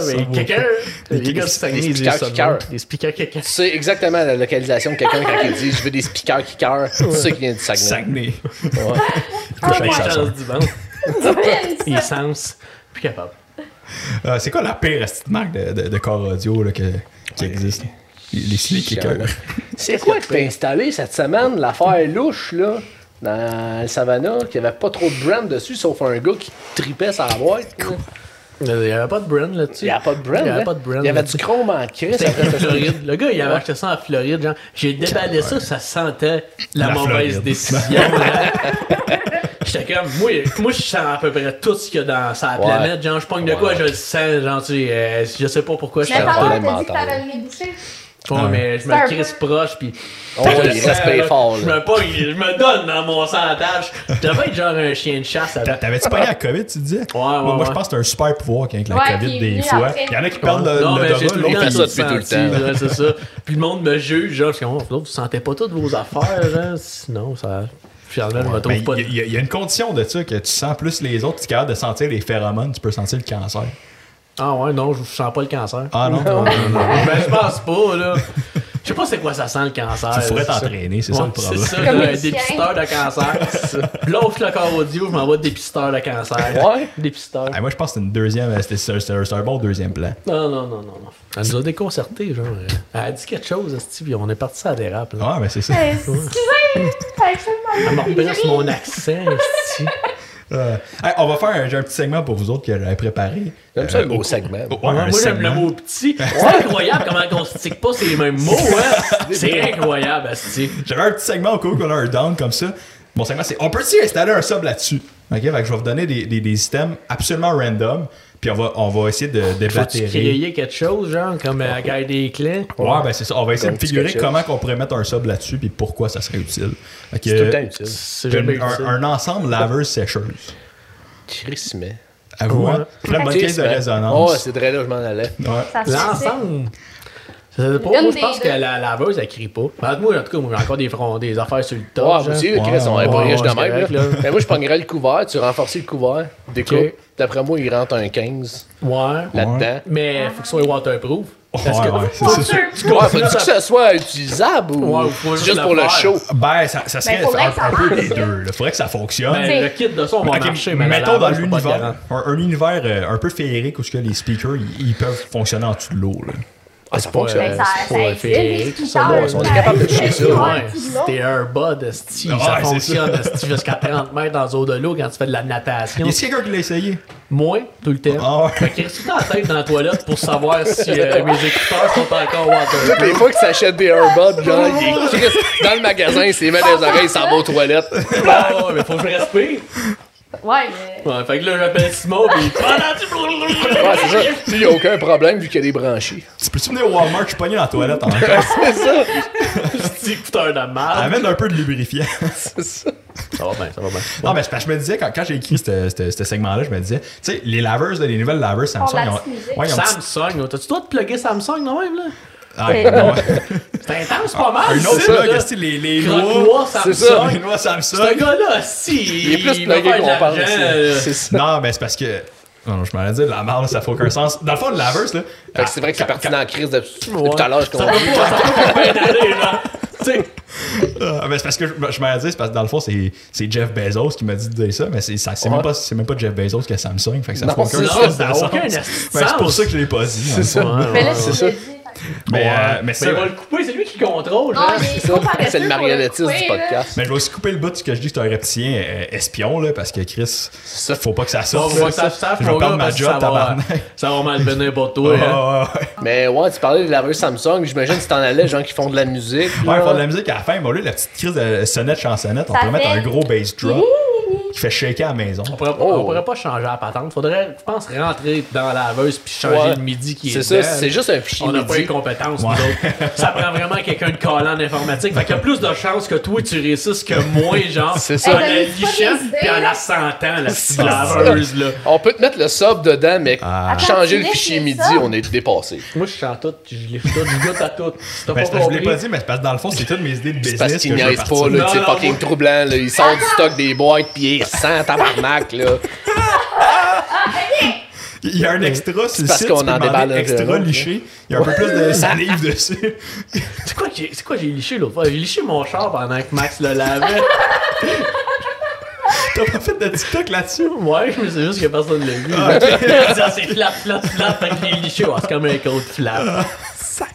A: ça,
D: mais
A: moi.
D: kicker. Les
A: kick-
D: gars du Saguenay,
B: des
D: ils disent
B: speakers
D: ça de
B: kickers.
D: même. Des speakers kickers.
B: Tu sais exactement la localisation de quelqu'un quand il dit je veux des speakers kickers. C'est ça qui vient du Saguenay.
A: Saguenay.
C: Ah,
A: Couche avec
C: ouais.
A: sa sœur.
D: Charles Dubon.
C: Il
D: Il sens. Plus capable.
A: Euh, C'est quoi la pire petite marque de, de, de corps audio là, que- qui existe? Les slick kickers.
B: C'est quoi que t'as installé cette semaine, l'affaire louche, là, dans le Savannah, qui avait pas trop de brand dessus, sauf un gars qui tripait sa boîte. là.
D: Il n'y avait pas de brand
B: Il
D: là-dessus.
B: n'y avait pas de brand.
D: Il n'y
B: là.
D: avait pas de brand.
B: Il y avait
D: là-dessus.
B: du chrome en crise.
D: C'était en Floride. Le gars, il avait acheté ça en Floride. Genre, j'ai déballé ça, ça sentait la,
A: La
D: mauvaise
A: Floride.
D: décision. hein. J'étais comme, moi, moi, je sens à peu près tout ce qu'il y a dans sa
B: Ouais.
D: planète. Genre, je pogne de quoi,
B: Ouais.
D: je le sens. Genre, tu sais, euh, je sais pas pourquoi je
C: Mais
D: sens
C: par
D: pas.
C: contre, t'as dit que
B: mental.
C: t'avais le nez bouché.
D: Ouais, mais je
C: C'est un
D: me crisse proche, puis.
B: Oh,
D: Je
B: il
D: le sens,
B: respire
D: là.
B: fort,
D: Je
B: là.
D: me, pogne, je me donne dans mon santage. Je devais être genre un chien de chasse à
A: T'a- T'avais-tu pogné la COVID, tu disais?
D: ouais,
A: Moi, moi, je
D: ouais.
A: pense que c'est un super pouvoir qu'avec la
C: Ouais,
A: COVID,
C: puis
A: des
C: lui,
A: fois.
C: après-
A: Il y en a qui perdent le,
D: non,
A: le
D: mais j'ai tout
A: devant,
D: le
A: l'autre,
D: temps
B: fait ça
D: tout
B: depuis tout le
D: senti,
B: temps.
D: là, c'est ça. Puis le monde me juge, genre, parce que oh, vous sentez pas toutes vos affaires, genre, sinon, ça. Finalement, je me
A: Ben,
D: trouve pas.
A: Il y, a- il y a une condition de ça que tu sens plus les autres, tu es capable de sentir les phéromones, tu peux sentir le cancer.
D: Ah ouais, non, je sens pas le cancer.
A: Ah non, non,
B: Non.
A: non, non.
D: Ben, je pense pas, là. Je sais pas c'est quoi ça sent le cancer.
A: Tu pourrais
D: là, c'est
A: t'entraîner, c'est ça le
D: Ouais,
A: problème.
D: C'est ça,
C: Comme les
D: là, un
C: chiens.
D: dépisteur de cancer. L'offre le corps audio, je m'envoie dépisteur de cancer.
B: Ouais.
D: Dépisteur.
A: Ah, moi, je pense que c'est une deuxième, euh, c'était- c'est un- c'est un, c'est un bon deuxième plan.
D: Non, non, non, non, non. Elle nous a déconcertés, genre. euh, Elle a dit quelque chose, Steve, puis on est parti ça dérape. Là.
A: Ah, mais c'est ça.
C: Euh, Excusez, t'as extrêmement
D: Elle me
C: bien.
D: reprend sur mon accent, Steve.
A: Euh, hey, on va faire un, j'ai un petit segment pour vous autres que j'avais préparé.
B: J'aime ça le mot
A: au-
B: segment.
A: au- ouais, un
D: Moi, j'aime le
A: segment.
D: mot petit. C'est incroyable comment on se tique pas ces mêmes mots, hein. C'est incroyable, Steve.
A: J'avais un petit segment au cas où on a un down comme ça. Mon segment, c'est on peut-tu installer un sub là-dessus? Ok, fait que je vais vous donner des, des, des items absolument random, puis on va, on va essayer de
D: Faut-tu
A: débattre.
D: créer quelque chose, genre, comme euh, Guy des clés?
A: Ouais, ben c'est ça. On va essayer
B: Comme
A: de figurer
B: petit quelque
A: comment on pourrait mettre un sub là-dessus, puis pourquoi ça serait utile. Fait que,
B: C'est tout le temps utile.
D: C'est
A: Une-
D: jamais
A: un,
D: utile.
A: un ensemble laveuse-sécheuse.
B: Chris, mais.
A: À vous,
D: Ouais.
A: hein? Très bonne
B: Chris,
A: caisse de
B: mais-
A: résonance.
B: Ouais, c'est vrai, là, je m'en allais.
A: Ouais.
C: Ça se fait.
D: L'ensemble. C'est Ça dépend.
C: Une
D: Moi, je
C: des
D: pense que
C: deux.
D: la laveuse, elle crie pas. Mais moi, en tout cas, moi, j'ai encore des, fronts- des affaires sur le
B: Ouais,
D: top.
B: moi
D: genre.
B: aussi, le
A: Ouais,
B: Chris, on est
D: ouais,
B: pas riche de
D: ouais,
B: même.
D: c'est correct,
B: là. Mais moi, je prendrais le couvert, tu renforces le couvert, découpe.
D: Ok.
B: D'après moi, il rentre un 15
D: Ouais.
B: là-dedans.
D: Mais faut que ce soit waterproof.
A: Ouais,
D: Parce que-
A: ouais, c'est-
C: Faut
A: c'est sûr.
C: sûr.
B: Ouais, faut-tu que ça soit utilisable ou
D: Ouais, ou faut
B: c'est
D: juste
B: juste pour
D: le
B: le
D: faire.
B: show?
A: Ben, ça, ça serait
C: Ben, faudrait que
A: un,
C: ça
A: un peu les
C: marche.
A: deux. Il faudrait que ça fonctionne.
D: Ben,
C: T'sais,
D: le kit de son va
A: Ok,
D: marcher, mais la
A: mettons dans
D: laveuse, je peux pas te
A: l'univers,
D: garantir.
A: un, un univers euh, un peu féerique où ce que les speakers ils, ils peuvent fonctionner en dessous de l'eau. là.
B: Ah, ça
D: pas,
B: fonctionne.
D: euh,
C: Ben, ça,
D: c'est
C: ça
D: pas
C: existe, les scooters,
D: fixe, ça,
B: on est
C: ça
B: capable de toucher
C: existe,
B: ça,
C: ouais,
D: Ouais,
C: tout
D: si
C: le long.
D: t'es un bud, esti,
A: Ouais,
D: ça
A: c'est
D: fonctionne,
A: ça.
D: esti, jusqu'à 30 mètres dans l'eau de l'eau quand tu fais de la natation.
A: Y a quelqu'un qui l'a essayé?
D: Moi, tout le temps.
A: Ah ouais.
D: Fait que reste tout en tête dans la toilette pour savoir si euh, mes écouteurs sont encore waterproof.
B: Toutes les fois que tu achètes des Airbuds, genre, il est Chris dans le magasin, il s'est mis dans les oreilles, il s'en va aux toilettes.
D: Ah ouais, mais faut que je respire.
C: Ouais, mais.
D: Ouais, fait que là, j'appelle Simon, pis pendant tu...
B: Ouais, c'est ça. Lui, il n'y a aucun problème vu qu'il y a des branchés.
A: Tu peux-tu venir au Walmart? Je suis pogné dans la toilette encore.
B: c'est ça,
D: Petit écouteur de merde.
A: Amène un peu de lubrifiant.
B: c'est ça.
D: Ça va bien, ça va bien.
A: Non, mais c'est parce que je me disais, quand, quand j'ai écrit ce- ce ce segment-là, je me disais, tu sais, les laveurs, là, les nouvelles laveurs Samsung,
C: Oh, la
A: ils ont-
C: petite musique.
A: ouais, ils ont petit-
D: Samsung, t'as-tu le droit de plugger Samsung non même, là?
A: Ah, non, ouais.
D: C'est intense, pas mal.
A: Un autre
D: ça,
A: plug,
D: là.
A: esti, Oh, les, les
D: Croque-moi,
A: noix.
D: Samsung.
B: C'est ça.
A: Les noix
D: Ce
A: Samsung.
D: gars-là, si.
B: Il est plus
D: va
B: plugué
D: faire de
B: qu'on pense.
D: l'argent,
B: C'est
D: euh. là.
B: c'est ça.
A: Non, mais c'est parce que. Non, non, je m'en ai dit, la marde, ça fait aucun sens. Dans le fond, le laveuse, là.
B: Fait que c'est vrai que c'est parti dans la crise depuis depuis
D: Ouais.
B: tout à l'heure, je
D: Ça va pas,
B: comprends.
D: ça va pas bien aller, là. Tu sais,
A: Ah, mais c'est parce que je, je m'en ai dit, c'est parce que dans le fond, c'est, c'est Jeff Bezos qui m'a dit de dire ça, mais c'est, ça- c'est, même,
B: Ouais.
A: pas, c'est même pas Jeff Bezos qui a Samsung, fait que ça
B: Non,
A: fait aucun
B: c'est
A: sens.
B: ça,
A: dans
D: ça a
A: le sens.
D: aucun
A: Ben,
D: sens.
A: c'est pour ça que je l'ai pas dit.
B: C'est ça.
D: Ouais,
C: Mais là,
D: ouais,
C: c'est
D: ouais.
C: ça.
A: Mais, euh, mais
D: Mais
A: c'est
D: il va le couper, c'est lui qui le contrôle.
C: Non,
D: hein.
C: il est
B: C'est ça.
C: trop paresseux
B: C'est le
C: pour
B: marionnettiste du
C: couper, là.
B: podcast.
A: Mais je vais aussi couper le bout de ce que je dis que c'est un reptilien euh, espion, là, parce que Chris,
B: ça.
A: faut pas que ça
D: Bon,
A: sorte.
D: faut
A: là.
D: que ça se sache,
A: je
D: mon
A: vais perdre
D: gars,
A: ma
D: parce que
A: job,
D: ça va-
A: tabarnak.
D: Ça va mal venir pour toi.
A: Ouais, ouais,
D: hein.
A: ouais.
B: Mais ouais, tu parlais de laveurs Samsung, j'imagine que tu t'en allais, gens qui font de la musique.
A: Ouais,
B: là.
A: ils font de la musique à la fin, mais au lieu de la petite crise de sonnette chansonnette, on
C: Ça
A: peut mettre
C: fait-
A: un gros bass drum qui fait shaker à la maison.
D: On pourrait,
B: Oh.
D: on pourrait pas changer la patente. Faudrait, je pense, rentrer dans la laveuse puis changer
B: Ouais.
D: le midi qui est
B: C'est ça,
D: dedans.
B: c'est juste un fichier
D: On n'a pas les
B: MIDI.
D: compétences, nous autres. Ça prend vraiment quelqu'un de collant en informatique. Fait qu'il y a plus de chances que toi, tu réussisses que moi, genre.
B: C'est ça.
D: En
C: Hey,
D: la
C: t'as mis Eh, ben, pas
D: lichant,
C: des idées,
D: puis en
C: là?
D: la sentant, la petite
B: C'est ça.
D: laveuse, là.
B: On peut te mettre le sub dedans, mais
D: Ah.
C: Attends,
B: changer
C: tu
B: le
C: laisses
B: fichier
C: les
B: MIDI,
C: subs?
B: on est dépassé.
D: Moi, je chante tout, je lève tout, je goûte à tout. Si t'as
A: Ben,
D: pas
A: c'est parce que je l'ai pas
D: compris.
A: dit, mais c'est parce que dans le fond, c'est toutes mes idées de
B: C'est
A: business.
B: parce qu'il
A: que je veux
B: niaise
A: partir.
B: pas, là,
D: Non,
B: c'est
D: non,
B: fucking
D: moi-
B: troublant, là. Il sort du stock des boîtes, puis il sent tabarnak, là.
A: Il y a un extra sur le
B: parce
A: site.
B: qu'on
A: tu peux
B: en
A: demander
B: déballe un peu,
A: extra
B: là.
A: liché. Il y a un peu plus de salive dessus.
D: C'est quoi que j'ai- c'est quoi j'ai liché l'autre fois? J'ai liché mon char pendant que Max le lavait.
A: T'as pas fait de TikTok là-dessus?
D: Ouais, mais c'est juste que personne ne l'a vu. Ah, c'est flat, flat, flat, fait que j'ai liché. Ouais, c'est comme un code flat.
A: Ça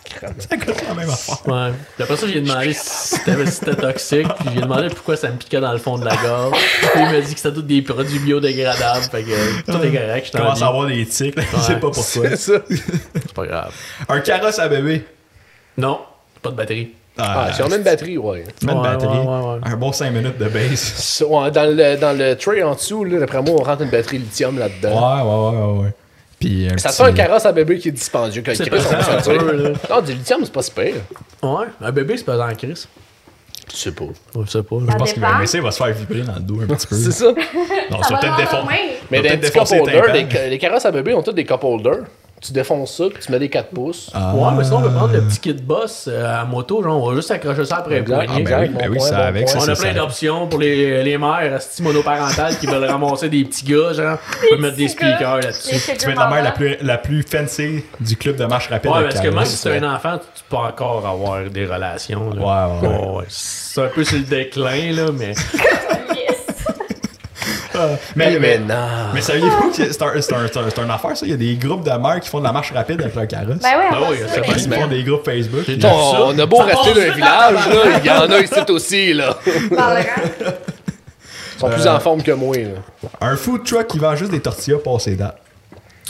A: coûte la même affaire.
D: Ouais. Puis après ça, j'ai demandé si c'était si c'était toxique, puis j'ai demandé pourquoi ça me piquait dans le fond de la gorge. Puis il m'a dit que c'était tous des produits biodégradables, fait que euh, tout est correct, je
A: Je
D: t'en
A: commence
D: dis.
A: à avoir des tics, là, je sais pas pourquoi.
B: C'est ça.
D: C'est pas grave.
A: Un carrosse à bébé.
D: Non, pas de batterie.
B: Ah, si on a une batterie, ouais.
A: Tu mets une
D: Ouais,
A: batterie.
D: ouais, ouais, ouais.
A: Un bon 5 minutes de bass.
B: Ça, ouais, Dans le, dans le tray en dessous, là, d'après moi, on rentre une batterie lithium
A: Ouais, ouais, ouais,
B: là-dedans.
A: ouais. ouais. Puis,
B: Ça
A: petit-
B: sent un carrosse à bébé qui est dispendieux quand il
D: C'est
B: crée son
D: pesant, un peu, là.
B: Non, du lithium, c'est pas si pire.
D: Ouais, un bébé, c'est pas dans la crise.
B: Je sais pas.
D: Ouais, je sais pas.
A: Je pense qu'il
C: dépend.
A: va mais ça, il va se faire vibrer dans le dos un petit peu.
B: C'est ça.
A: Non, ça va peut-être défoncer.
B: Mais
A: On
B: dans
A: va
B: les
A: peut-être
B: petits cup
A: défoncer les Ah,
B: holders, les,
A: tympans.
B: ca- les carrosses à bébé ont tous des cup holders. Tu défonces ça, puis tu mets des 4 pouces.
D: Ouais, mais sinon, on peut prendre le petit kit boss euh, à moto, genre, on va juste accrocher ça après le
B: Exact.
D: poignet.
A: Ah, ben oui,
B: Exact,
A: ben
B: bon
A: oui,
B: point,
A: ça
B: bon
A: avec
B: point.
A: ça.
D: On a
A: c'est
D: plein
A: ça.
D: d'options pour les, les mères asti monoparentales qui veulent ramasser des petits gars, genre. On peut mettre des speakers là-dessus.
A: Tu mets la mère la plus, la plus fancy du club de marche rapide.
D: Ouais,
A: avec
D: parce que
A: Carlos.
D: même si t'es un enfant, tu- tu peux encore avoir des relations. là.
A: Ouais, ouais, ouais.
D: C'est un peu sur le déclin, là, mais.
A: Mais, mais,
B: Eh, mais non.
D: Ah.
A: mais saviez-vous que c'est un, c'est un, c'est un- c'est une affaire, ça? Il y a des groupes de mères qui font de la marche rapide avec leur carrosse.
C: Ben ouais,
D: Ben
C: on
D: oui,
C: va
D: c'est
C: se-
D: vrai.
A: Ils font des groupes Facebook.
D: J'ai
A: puis-
D: déjà vu ça.
B: On, on a beau
D: Ça
B: rester
D: passe
B: d'un
D: vite,
B: village, là, il y en a ici aussi, là.
C: dans le rang.
B: Ils sont
D: Euh,
B: plus en forme que moi, là.
A: Un food truck qui vend juste des tortillas passées date.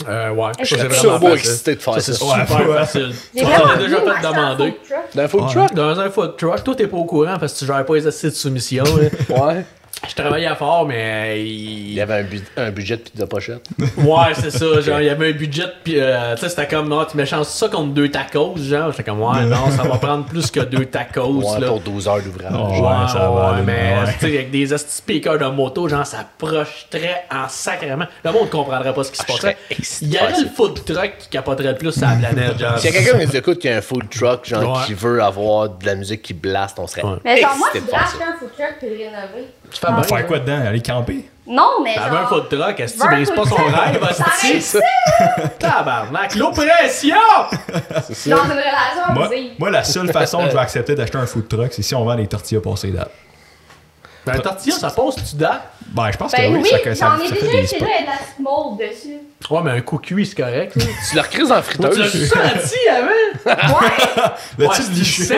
D: Euh, ouais, ça,
C: Je
D: c'est
C: serais
D: vraiment
B: Turbo
D: facile.
B: excité de faire
D: Ça,
B: ça.
D: c'est
A: Ouais,
D: super
A: ouais.
D: facile.
C: J'ai
D: On
C: vraiment
D: l'a déjà
C: le goût de
D: fait
C: marcher en
D: demander.
C: food truck.
B: Dans un food
A: Ouais.
B: truck?
D: Dans un food truck, toi, t'es pas au courant parce que tu gères pas les assises de soumission. hein.
B: Ouais.
D: Je travaillais fort, mais. euh, il-
B: Il y avait un, bu- un budget de pizza pochette.
D: Ouais, c'est ça. Genre, il y avait un budget, puis euh, tu sais, c'était comme, ah, tu m'échanges ça contre deux tacos, genre. J'étais comme, ouais, non, ça va prendre plus que deux tacos,
B: Pour,
D: là.
B: pour 12 heures d'ouvrage.
A: Oh.
D: Ouais,
A: Ouais, ça va
D: ouais,
A: aller,
D: mais
A: ouais.
D: tu sais, avec des petits speakers de moto, genre, ça projeterait en sacrément. Le monde comprendrait pas ce qui se
B: Ah, je
D: passerait.
B: serais excité
D: Il y
B: de faire
D: aurait le food truck qui capoterait le plus sur la planète, genre.
B: S'il y a quelqu'un qui nous écoute qui a un food truck, genre
D: Ouais.
B: qui veut avoir de la musique qui blast, on serait.
D: Ouais.
C: Mais genre, moi,
B: excité
C: je
B: de
C: voudrais
B: faire
C: acheter un food truck puis le rénover.
D: Tu fais bien. hein.
A: Faire quoi dedans? Aller camper?
C: Non, mais.
D: T'avais un
C: genre,
D: food truck, est-ce que tu
C: veux un
D: brises
C: food
D: pas son
C: truck?
D: rêve,
C: Ça
D: hostie?
C: reste-
D: Tabarnak, l'oppression!
B: ça.
C: Dans une relation
A: Moi,
C: abusive.
A: moi, la seule façon que je vais accepter d'acheter un food truck, c'est si on vend des tortillas passées date.
D: Un Ben, tortilla, ça passe tu dedans?
A: Ben, je pense
C: Ben
A: que
C: oui,
A: oui, ça, ça,
C: j'en ai
A: ça fait
C: déjà
A: des
C: eu chez
A: spots.
C: nous, il y a de la petite mold dessus.
D: Ouais, mais un coup cuit, c'est correct. là.
B: Tu le recrises en
D: tu l'as
B: friteuse.
D: senti avant?
B: Ben,
C: Ouais!
A: Là,
D: Ouais,
A: tu
D: si
A: le
D: tu le
A: liches.
D: sens,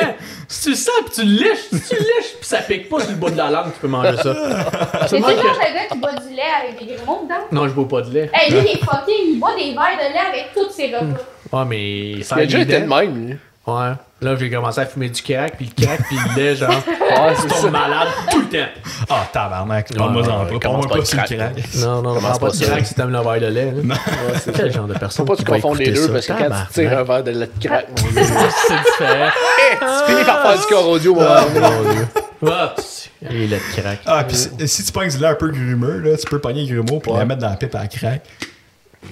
D: si tu le sens pis tu le lèches, si tu le lèches pis ça pique pas sur le bout de la langue, tu peux manger
A: Ah,
D: ça.
C: C'est
D: Tu
C: toujours
D: manges que-
C: le gars qui boit du lait avec des grumeaux dedans.
D: Non, je bois pas de lait.
C: Hey, lui, il est fucké, il boit des verres de lait avec tous ses repas.
D: Ouais, mais ça
B: Il a déjà
D: les
B: été
D: dents.
B: de même, lui.
D: Ouais. Là, j'ai commencé à fumer du crack pis le crack pis le lait, genre,
B: Ouais, c'est
D: je tombe malade tout le temps.
A: Ah, tabarnak. Prends-moi
B: ouais,
A: en
B: ouais,
A: pas.
B: commence
A: Prends-moi
B: pas
A: pas
B: le
A: sur le
B: crack.
A: crack.
D: Non, non,
B: Commence
D: prends pas
B: pas
D: de
B: ça.
D: crack si t'aimes le verre de lait. Là. Quel genre de personne?
B: Faut pas que tu
D: qui va
B: confondes les
D: écouter
B: deux,
D: ça?
B: parce que quand tu tires un
D: Tabarnak.
B: verre de lait de crack, mon Dieu.
D: C'est différent.
B: Hey, tu finis par faire du corps audio, mon Dieu.
D: Ah, p'tit. Et le crack.
A: Ah, pis si- si tu pognes du lait un peu grumeux, là, tu peux pogner le grumeau pis la mettre dans la pipe à la crack.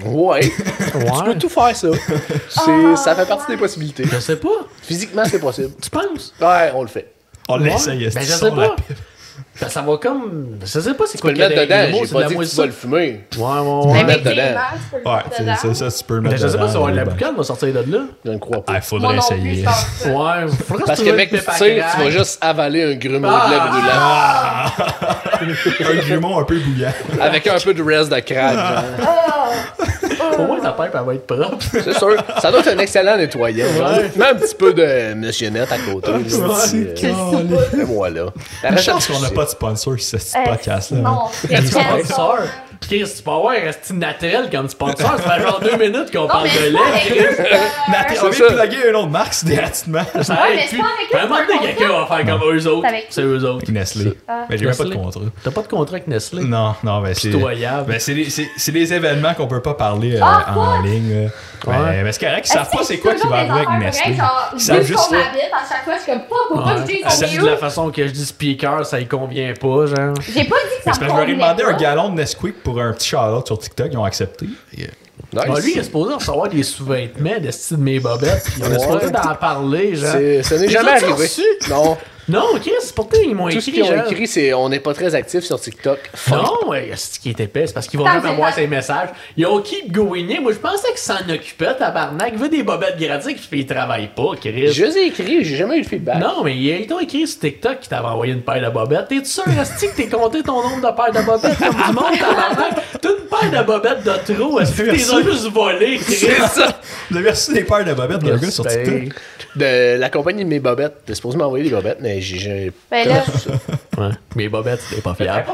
B: Ouais. Tu
D: Ouais.
B: peux tout faire, ça.
C: Ah,
B: C'est- Ça fait partie des possibilités.
D: Je sais pas.
B: Physiquement, c'est possible.
D: Tu penses?
B: Ouais, on le fait.
A: On l'essaye,
D: Ouais.
A: est-ce
D: Ben,
A: que
D: je
A: tu
D: sais
A: sors la
D: pas.
A: pipe?
D: Ben, ça va comme. Je sais pas c'est
B: Tu peux
D: quoi
B: le
D: qu'il y
B: mettre
D: a derrière les
B: dedans,
D: mots,
B: j'ai
D: c'est de
B: pas
D: la
B: dit que tu vas
D: moisissure.
B: le fumer.
D: Ouais,
C: Mais
D: ouais,
B: le
D: ouais.
B: mettre
C: avec des
B: dedans.
C: verres, tu peux le
A: Ouais,
C: mettre
A: c'est
C: dedans.
A: c'est ça, tu peux le
D: Ben,
A: mettre.
D: je sais pas si on va
A: dedans,
D: la
A: ben.
D: boucane va sortir de là.
B: Je ne crois pas.
A: Ah,
C: Moi
A: faudrait
C: non plus,
A: essayer.
C: je pense pas.
D: Ouais, faudrait
B: Parce que,
D: trouver
B: mec,
D: une
B: tu
D: pipe à
B: tires, tu
D: crack.
B: vas juste avaler un grumeau de lait brûlant
D: Ah!
A: un grumeau un peu bouillant.
B: avec un peu de reste de crack.
D: Ah!
B: genre.
D: Au moins, ta pipe, elle va être propre.
B: C'est sûr. Ça doit être un excellent nettoyant. genre.
D: Ouais. Ah,
B: Mets un petit peu de Monsieur Net à côté.
A: C'est
B: là. Fais-moi là. La
A: Je pense qu'on n'a
B: suicide.
A: pas de sponsor sur ce
C: Euh,
A: podcast-là. hein.
C: Non, c'est très
D: Sponsor. Chris, tu peux avoir un style naturel comme sponsor. Ça fait genre deux minutes qu'on
C: Non,
D: parle
C: mais
D: de
C: c'est pas avec
D: lait.
C: eux, euh,
A: On
B: c'est
A: vient de
B: ça.
A: plugger un autre marque, c'est dérativement.
D: Ça
C: Ouais,
D: aide
C: mais c'est
D: plus.
C: pas avec eux
D: Ben, À un moment donné,
C: qu'on
D: quelqu'un va faire comme eux autres.
C: C'est avec qui?
D: C'est eux autres.
A: Nestlé. Mais j'ai même pas de
D: Nestlé.
A: contrat.
D: T'as pas de contrat avec Nestlé?
A: Non, non, ben c'est.
D: Pitoyable.
A: Ben c'est les, c'est- c'est les événements qu'on peut pas parler euh,
C: Ah,
A: en
C: quoi?
A: ligne. là. Ben,
D: Ouais.
A: ben, c'est correct, ils savent pas c'est quoi qui va arriver avec Nestlé. Ils
C: Genre,
A: savent
C: vu
A: juste Ah,
C: qu'on
A: là.
C: habite, à chaque fois, je suis comme, pas pourquoi
D: Ouais.
C: je dis
D: Ça,
C: qu'on
D: c'est
C: est
D: de la
C: eux.
D: façon que je dis speaker, ça y convient pas, genre.
C: J'ai pas dit que ça
A: Ben, c'est parce que je leur ai
C: convenait
A: demandé
C: pas.
A: un galon de Nesquik pour un petit shout-out sur TikTok, ils ont accepté.
B: Nice.
D: Ah, lui, il est supposé recevoir des sous-vêtements de style de mes bobettes, puis on est supposé
B: Ouais.
D: d'en parler, genre.
B: C'est- Ce n'est
D: Les
B: jamais
D: autres sont
B: arrivé.
D: reçus.
B: Non.
D: Non, Chris, c'est pourquoi ils m'ont
B: Tout ce
D: écrit,
B: qu'ils ont
D: genre.
B: écrit, c'est on n'est pas très actif sur TikTok.
D: Non, ouais, c'est qui est épais, c'est parce qu'ils vont
C: Attends,
D: même
C: c'est
D: avoir
C: pas-
D: ces messages. Ils ont keep going in. Moi, je pensais qu'ils s'en occupaient, tabarnak. Ils veulent des bobettes gratuites, puis ils travaillent pas, Chris.
B: Je les ai écrits, j'ai jamais eu de feedback.
D: Non, mais ils t'ont écrit sur TikTok qu'ils t'avaient envoyé une paire de bobettes. T'es-tu sûr, Asti, que t'es compté ton nombre de paires de bobettes comme du monde, tabarnak? T'as une paire de bobettes de trop, Asti, que t'es juste volé, Chris?
B: C'est ça.
A: Vous avez reçu des paires de bobettes d'un gars sur
D: ben.
A: TikTok.
B: De la compagnie de mes bobettes. T'es supposé m'envoyer des bobettes, mais j'ai- j'ai.
C: Ben là,
D: Ouais, mes bobettes, c'était pas fiable.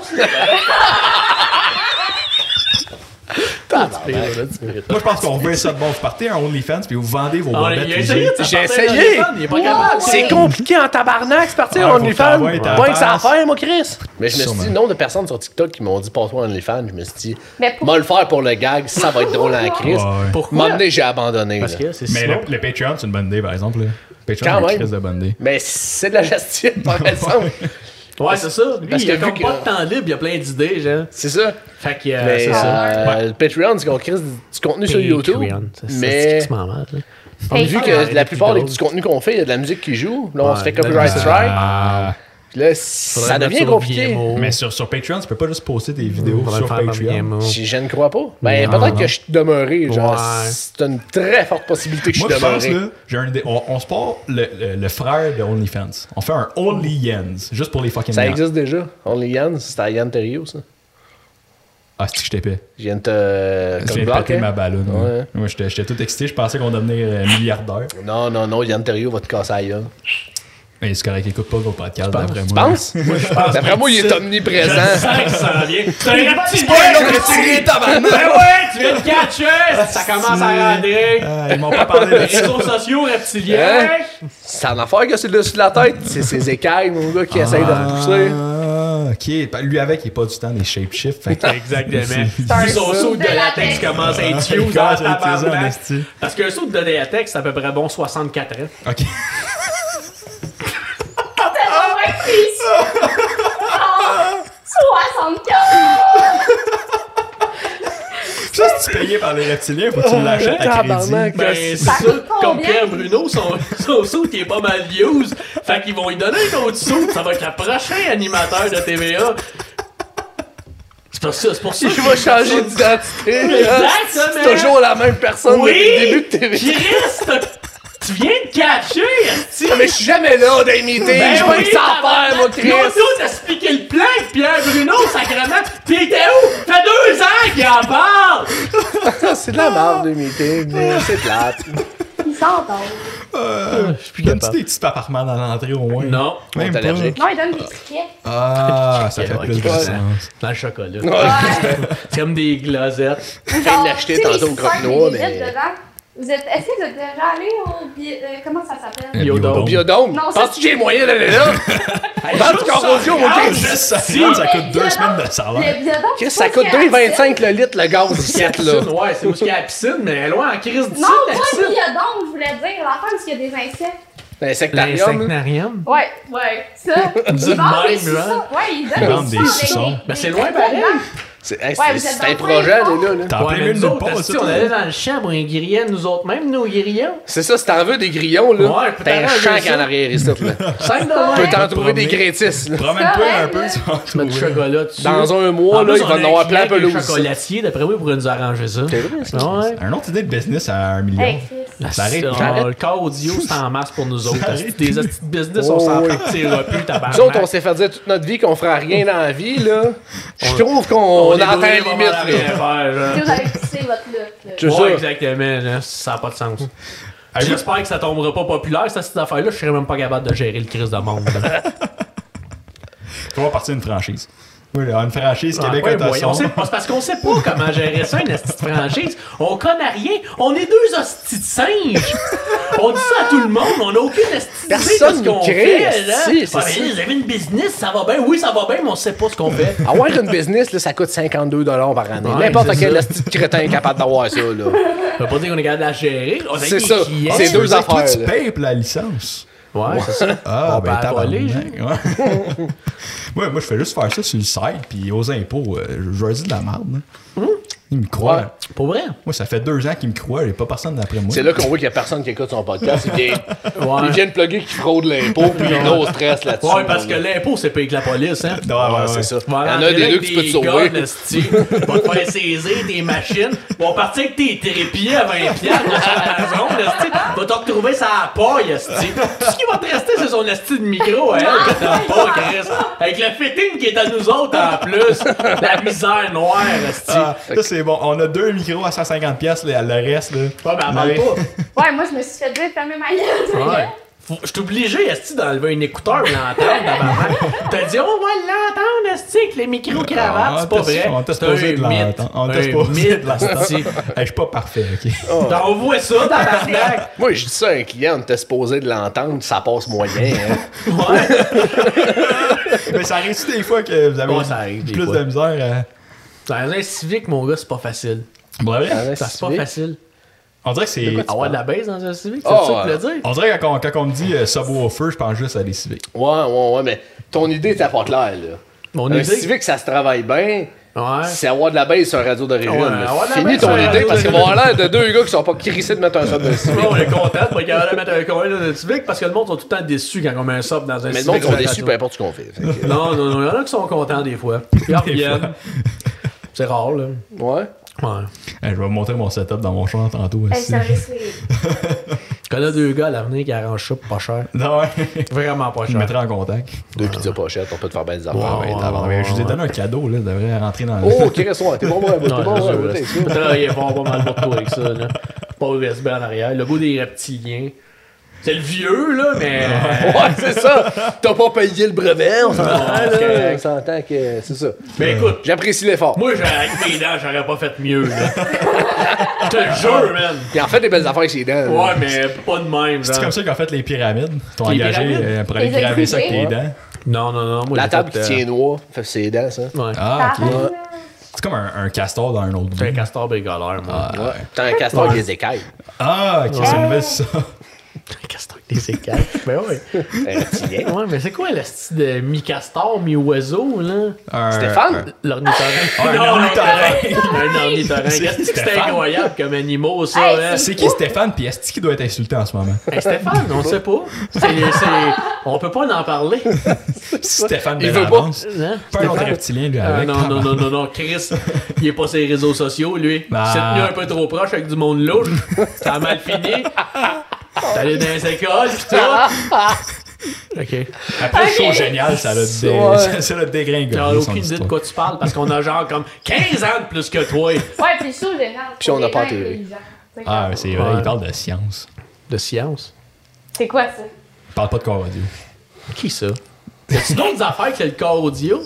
D: Ah,
A: Moi, je pense qu'on revient ça de bon. Vous partez un OnlyFans puis vous vendez vos
D: Ah,
A: bobettes.
D: il a
A: les
D: essayé
A: gars.
D: de s'en
B: J'ai
D: sortir
B: essayé.
D: dans les fans, Il est pas capable.
B: C'est compliqué en tabarnak, c'est parti
A: Ah, Ouais,
B: en
A: faut
B: OnlyFans.
A: que t'envoies ta
B: Pas Ah, que ça à
A: face.
B: faire, moi, Chris. Mais je me suis
A: Sûrement.
B: dit, nom de personnes sur TikTok qui m'ont dit, passe-toi en OnlyFans. Je me suis dit,
C: Mais pour-
B: va le faire pour le gag, ça va être drôle en Chris.
A: Ouais, ouais.
D: Pourquoi?
B: M'emmener, j'ai abandonné.
D: Parce
B: là.
D: que c'est
A: Mais
D: Simon.
A: le, le Patreon, c'est une bonne idée, par exemple. là. Patreon,
B: Quand
A: c'est une
B: même.
A: crise de bonne idée.
B: Mais c'est de la gestion, par exemple.
D: Ouais, c'est ça. Lui,
B: Parce
D: il a
B: que vu
D: comme
B: que-
D: pas de temps libre, il a plein d'idées, genre.
B: C'est ça.
D: Fait que euh,
B: Mais
D: c'est
B: euh,
D: ça.
B: le Patreon, c'est qu'on crée du contenu sur YouTube.
D: Patreon, c'est- c'est
B: mais
D: statistiquement mal, là.
C: Hey,
B: vu
C: Ah,
B: que la plupart des-
D: des
B: du contenu qu'on fait, il y a de la musique qui joue. Là, on se fait
D: Ouais,
B: copyright
D: la-
B: strike.
A: Ah.
B: Puis Là, ça devient compliqué.
A: Mais sur, sur Patreon, tu peux pas juste poster des vidéos sur Patreon.
B: Je, je ne crois pas. Ben,
D: Non,
B: peut-être
D: non.
B: que je suis demeuré. Genre,
D: Ouais.
B: c'est une très forte possibilité que je
A: Moi,
B: suis
A: je pense,
B: demeuré.
A: là, j'ai une idée. On, on se part le, le- le frère de OnlyFans. On fait un OnlyYens, juste pour les fucking
B: Ça
A: yens.
B: existe déjà. Only Yann, c'est à Yann Terrio, ça.
A: Ah, c'est que je t'épais.
B: Je viens de te.
A: Je
B: Comme
A: viens de
B: bloc,
A: péter
B: hein?
A: ma ballonne. ouais.
B: Ouais.
A: Moi, j'étais j'étais tout excité. Je pensais qu'on devenait euh, milliardaire.
B: Non, non, non, Yann Terrio va te casser la gueule.
A: Mais c'est correct, écoute pas vos podcasts d'après moi.
B: Tu penses? Moi, je pense. D'après moi, il est omniprésent.
D: Ça, ça vient. C'est un petit
A: tabarnak!
D: Ben ouais, tu viens de catcher! hein, Ça commence à rentrer!
A: Ah, ils m'ont pas parlé de
D: Les
A: ça.
D: réseaux sociaux reptiliens!
B: Hein?
D: Ah.
B: C'est en affaire que c'est le dessus de la tête. C'est ses écailles, mon gars, qui essayent de repousser.
A: Ah, ok, qui est, ben, lui avec, il n'est pas du temps des shapeshift. Fait que-
D: Exactement.
A: C'est-
C: un
D: Puis son
C: saut
D: saut de
C: de
D: latex
C: latex.
D: commence à être
A: Ah, il
D: huge dans
A: commence à
D: la
A: être utilisé en
D: tabarnak.
A: esti.
D: Parce qu'un saut de latex, c'est à peu près bon 64 ans.
A: Ok.
C: T'as tellement moins de fils. Ah, 75!
A: Ça, si tu payé par les reptiliens, faut que tu l'achètes à crédit.
B: Ah, Tabarnak.
D: Ben,
B: Qu'est-ce-
D: ça, comme
C: combien?
D: Pierre Bruno, son, son saut qui est pas mal used. Fait qu'ils vont lui donner un autre saut. Ça va être le prochain animateur de TVA. C'est pour ça, c'est pour ça.
B: Je vais changer d'identité. hein. C'est
D: Exactement.
B: toujours la même personne
D: Oui!
B: depuis le début de TV.
D: Christ! Tu viens de catcher, esti!
B: Mais je suis jamais là dans les meetings.
D: Ben
B: je
D: oui,
B: vais s'en faire, mon
D: tabarnak.
B: Chris.
D: Nous, t'as expliqué le plan, avec Pierre Bruno, sacrément! Pis il était où? Fait deux ans qu'il en parle!
B: C'est de la merde, les meetings. mais C'est plate.
C: Ils s'entendent.
A: Euh, Il y a une petite- des petits paparments dans l'entrée au moins.
D: Non.
A: Même
B: On est
A: pas.
B: allergique.
C: Non, ils donnent des tickets.
A: Ah, ça fait
E: Ouais,
A: plus de
B: ouais.
A: sens.
E: Dans le chocolat.
B: Ah,
D: C'est comme des glosettes.
C: J'ai
B: l'acheter tantôt au Croque-Noir, mais-
C: Vous êtes, est-ce que vous êtes déjà allé au... bi- euh, comment ça s'appelle?
D: Biodome.
B: Biodome.
C: Non,
B: Penses-tu
C: c'est-
B: que j'ai moyen d'aller Ah, là? Penses-tu qu'en radio, mon Chris?
A: Juste ça, ça coûte deux semaines de salaire.
C: Le biodome,
B: Chris,
C: c'est
B: ça
C: pas
B: coûte
C: ce qu'il y a à
B: 2,25 le litre le gaz ici,
D: C'est la
B: là.
D: piscine, ouais, c'est où qu'il y a la piscine, mais loin en crise d'ici,
C: Non,
D: la
C: pas le
D: piscine.
C: biodome, je voulais dire. L'affaire, parce qu'il y a des insectes.
B: L'insectarium. là.
C: Ouais, ouais, ça. Ils
D: Dites
C: vendent des
D: même,
C: suçons.
D: hein.
C: Ouais, ils donnent
A: Ils vendent des
C: des
A: suçons.
C: suçons.
D: Ben, c'est loin pareil.
B: C'est hey,
C: Ouais,
B: c'est-
C: vous êtes
B: c'est
C: dans
B: un
C: le
B: projet,
C: train,
B: là, là, là.
A: T'en
D: Ouais,
A: plein
D: mais
A: mille
D: nous
A: nulle
D: autres,
A: part,
D: esti,
A: ça,
D: on
A: toi.
D: allait dans le champ, on grillait nous autres, même nos grillons.
B: C'est ça, si t'en veux des grillons, là,
D: Ouais,
B: t'as un
D: peut-être un
B: champ
D: jeu,
B: en arrière ici, là. Tu
D: Cinq de
B: peux
D: même.
B: t'en
A: te
B: trouver des
A: promener.
B: gratis, là.
A: Promène-toi
C: Ça,
A: un
C: ouais,
A: peu,
C: là.
A: tu vas en
D: Tu mets du
A: trouver.
D: chocolat dessus.
B: Dans un mois,
D: En
B: là,
D: plus,
B: il
D: on
B: va
D: a
B: en
D: un
B: avoir plein
D: client qui est
B: pelouse.
D: chocolatier, d'après moi, il pourrait nous arranger ça.
B: C'est vrai, ça.
D: Ouais.
A: Un autre idée de business à un million.
C: Hey, Chris.
D: La
A: Ça arrête.
D: ça,
A: Ça
D: Le corps audio, c'est en masse pour nous autres.
A: arrête.
D: Des petites business,
B: Oh,
D: on s'en
B: oui.
D: partira plus, tabarnak.
B: Nous autres, on s'est fait dire toute notre vie qu'on fera rien dans la vie, là. Je trouve qu'on on
D: est
B: atteint
D: brûlés
B: la
D: vraiment
B: limite, là.
D: à rien faire, genre.
C: Si vous avez poussé votre look, là.
B: Je
D: Ouais,
B: sais.
D: exactement, là, ça n'a pas de
B: Ah,
D: sens.
A: Hey, moi,
D: J'espère que ça tombera pas populaire, ça, cette affaire-là. Je serais même pas capable de gérer le crise de monde.
A: Tu vas partir d'une franchise. Oui, là, une franchise Québec
D: Ah, Ouais,
A: à
D: voyons, on sait pas, c'est parce qu'on sait pas comment gérer ça, une hostie de franchise. On connaît rien. On est deux hosties de singes. on dit ça à tout le monde. On n'a aucune hostie de
B: Personne
D: ce qu'on
B: nous crée,
D: fait. là.
B: si, c'est
D: Ah,
B: ça.
D: mais vous avez une business, ça va bien. Oui, ça va bien, mais on sait pas ce qu'on fait.
B: Avoir une business, là, ça coûte 52 par année.
D: Ouais,
B: N'importe
D: c'est
B: quel
D: ça.
B: petit crétin est capable d'avoir ça, là.
D: Ça veut pas dire qu'on est capable de la gérer. On a
B: C'est
D: des
B: ça.
D: clients.
B: C'est
A: Ah, Tu veux
B: deux
A: dire que toi,
B: affaires,
A: Tu
B: là.
A: payes pour la licence.
D: Ouais, c'est ça.
A: Ah,
D: On
A: ben
D: peut voler,
A: tabarnak. Ouais. Ouais, moi, je fais juste faire ça sur le site, puis aux impôts, euh, je- je leur dis de la merde. hein.
D: Hmm.
A: Ils me croient.
B: Ouais.
D: Pour vrai.
A: Moi, ça fait deux ans qu'ils me croient, et pas personne d'après moi.
B: C'est là qu'on voit qu'il y a personne qui écoute son podcast. Ils viennent,
D: Ouais.
B: ils viennent plugger qu'ils fraudent l'impôt, puis ils ont stress là-dessus.
D: Ouais, parce que l'impôt, c'est payé avec la police, hein.
A: Ouais, ouais,
B: Ouais,
A: Ah, ouais.
B: c'est ça. Il y
D: On
B: en a des deux que tu peux te sauver.
D: On va te faire saisir des machines. On va partir avec tes trépieds à 20 piastres là, sur Amazon, l'esti. Va te retrouver ça à paille, esti. Tout ce qui va te rester, c'est son esti de micro, hein. que t'as pas, Chris. Avec le fitting qui est à nous autres, en plus. La misère noire, esti.
A: Ah, ça, c'est bon. On a deux micros à 150$, piastres, là, le reste. Là.
D: Ouais, mais avant
A: Le-
D: pas.
C: Ouais, moi, je me suis fait dire, fermez ma gueule.
D: Ouais. Faut- Je suis obligé, Esti, d'enlever un écouteur pour l'entendre, tabarnak. T'as dit, oh, on va l'entendre, Esti, avec les micros cravates.
A: Ah,
D: C'est pas
A: on t'a-
D: vrai.
A: on t'a
D: C'est
A: supposé
D: un
A: de l'entendre.
D: mythe.
A: On t'a
D: Un
A: supposé de
D: mythe, Ah.
A: l'entendre.
D: esti.
A: Hey, je suis pas parfait, ok?
D: Donc, On voit ça, tabarnak.
B: Moi, je dis ça à un client, on était supposé de l'entendre, ça passe moyen. Hein.
D: Ouais.
A: Mais ça arrive-tu des fois que vous avez
D: Ouais, ça arrive des
A: plus
D: fois.
A: de misère
D: Dans un civique, mon gars, c'est pas facile.
A: à. Bref,
D: Ça, C'est pas
B: Civique?
D: facile.
A: on dirait que c'est.
D: Avoir Ah de la baisse dans un civique, c'est
B: Oh,
D: ça que tu
B: ouais.
D: voulais dire?
A: On dirait que quand on, quand on me dit euh, subwoofer, je pense juste à des civiques.
B: Ouais, ouais, ouais, mais ton idée t'es pas claire, là.
D: Mon
B: un
D: idée.
B: civique, ça se travaille bien.
D: Ouais.
B: C'est avoir de la base sur un radio d'origine.
D: Ouais,
B: là.
D: avoir de la
B: Finis
D: base sur
B: ton
D: un
B: idée
D: radio
B: parce qu'on va
D: d'origine.
B: avoir l'air de deux gars qui sont pas crissés de mettre un sub de civique.
D: Là, on est content de pas être capable de mettre un coin dans un civique parce que le monde sont tout le temps déçus quand on met un sub dans un
B: Mais
D: civique.
B: le monde sont
D: sur la
B: déçus,
D: radio.
B: peu importe ce qu'on fait. Fait que,
D: Non, non, non, il y en a qui sont contents des fois. Ils reviennent. C'est rare, là.
B: ouais.
D: Ouais.
A: Hey, je vais vous montrer mon setup dans mon champ tantôt.
C: Hey,
A: aussi.
C: service les-
D: Je connais deux gars à l'avenir qui arrangent ça pour pas cher.
A: Non, Ah ouais.
D: Vraiment pas
A: Je
D: cher.
A: me mettrai en contact.
B: Deux pizzas pochettes, on peut te faire belle des affaires.
A: Ah
D: ouais,
A: ouais, d'abord. Mais je vous ai donné un cadeau, là, je devrais rentrer dans le.
B: Oh, Chris, ouais, t'es bon, ouais, t'es
D: Ouais,
B: bon,
D: c'est
B: ouais,
D: sûr,
B: ouais,
D: là.
B: t'es
D: Tu peux travailler fort pas mal pour toi avec ça. Là. Pas USB en arrière. Le goût des reptiliens. C'est le vieux, là, mais.
B: Ouais, c'est ça. T'as pas payé le brevet, on s'entend.
D: Ouais,
B: parce que
D: là.
B: Euh, On s'entend que c'est ça.
D: Mais écoute,
B: J'apprécie l'effort.
D: moi, j'aurais- avec mes dents, j'aurais pas fait mieux, là. Je te le jure, man.
B: Il en fait des belles affaires avec ses dents. là.
D: Ouais, mais pas de même,
A: C'est
D: genre.
A: comme ça qu'ont fait les pyramides. Ils t'ont
D: Les
A: engagé
D: pyramides?
A: euh, pour aller
C: Les
A: graver ça avec
C: écouter.
A: tes dents.
D: Non, non, non. Moi,
B: La
D: j'ai
B: table qui
D: fait, euh,
B: tient noir, fait ses dents, ça.
D: Ouais.
A: Ah, ok.
C: Pareil, là.
A: C'est comme un, un castor dans un autre
D: J'ai un
A: vie.
D: castor bégaleur, moi.
A: Ah, ouais.
B: T'as un castor avec des écailles.
A: Ah, ok, c'est une nouvelle ça.
D: Un castor avec des écailles. ben ouais.
B: Un reptilien.
D: Ouais, mais c'est quoi le style de mi-castor, mi-oiseau, là?
A: Un-
B: Stéphane?
D: L'ornithorynque.
B: Ah,
A: un- Un ornithorynque.
D: Un ornithorynque.
A: C'est
D: Est-ce que C'était
A: Stéphane.
D: incroyable comme animaux, ça.
C: Hey,
D: hein?
A: C'est qui Stéphane, puis est-ce qu'il doit être insulté en ce moment?
D: Hey, Stéphane, on ne sait pas. C'est- c'est- On peut pas en parler.
A: Stéphane
B: Il
A: de
B: veut
A: la
B: pas.
A: Lance.
D: Hein?
A: Pas un autre reptilien, lui,
D: Ah,
A: avec.
D: non, non, non, non, non, Chris, il est pas sur les réseaux sociaux, lui.
B: Bah.
D: Il s'est
A: Ah.
D: tenu un peu trop proche avec du monde louche. Ça a mal fini. T'es allé dans les écoles, pis tout. Ok.
A: Après le show génial, ça l'a dé...
B: Ouais.
A: ça l'a dégringolé.
D: T'as
A: son
D: aucune idée de
A: histoire.
D: quoi tu parles parce qu'on a genre comme 15 ans de plus que toi.
C: Ouais, puis chaud, génial.
B: Puis on n'a pas TV.
A: Ah, ouais, c'est vrai,
D: Ouais.
A: il parle de science.
D: De science.
C: C'est quoi ça?
A: Il parle pas de corps audio.
D: Qui ça? Y'a-tu d'autres affaires que le corps audio?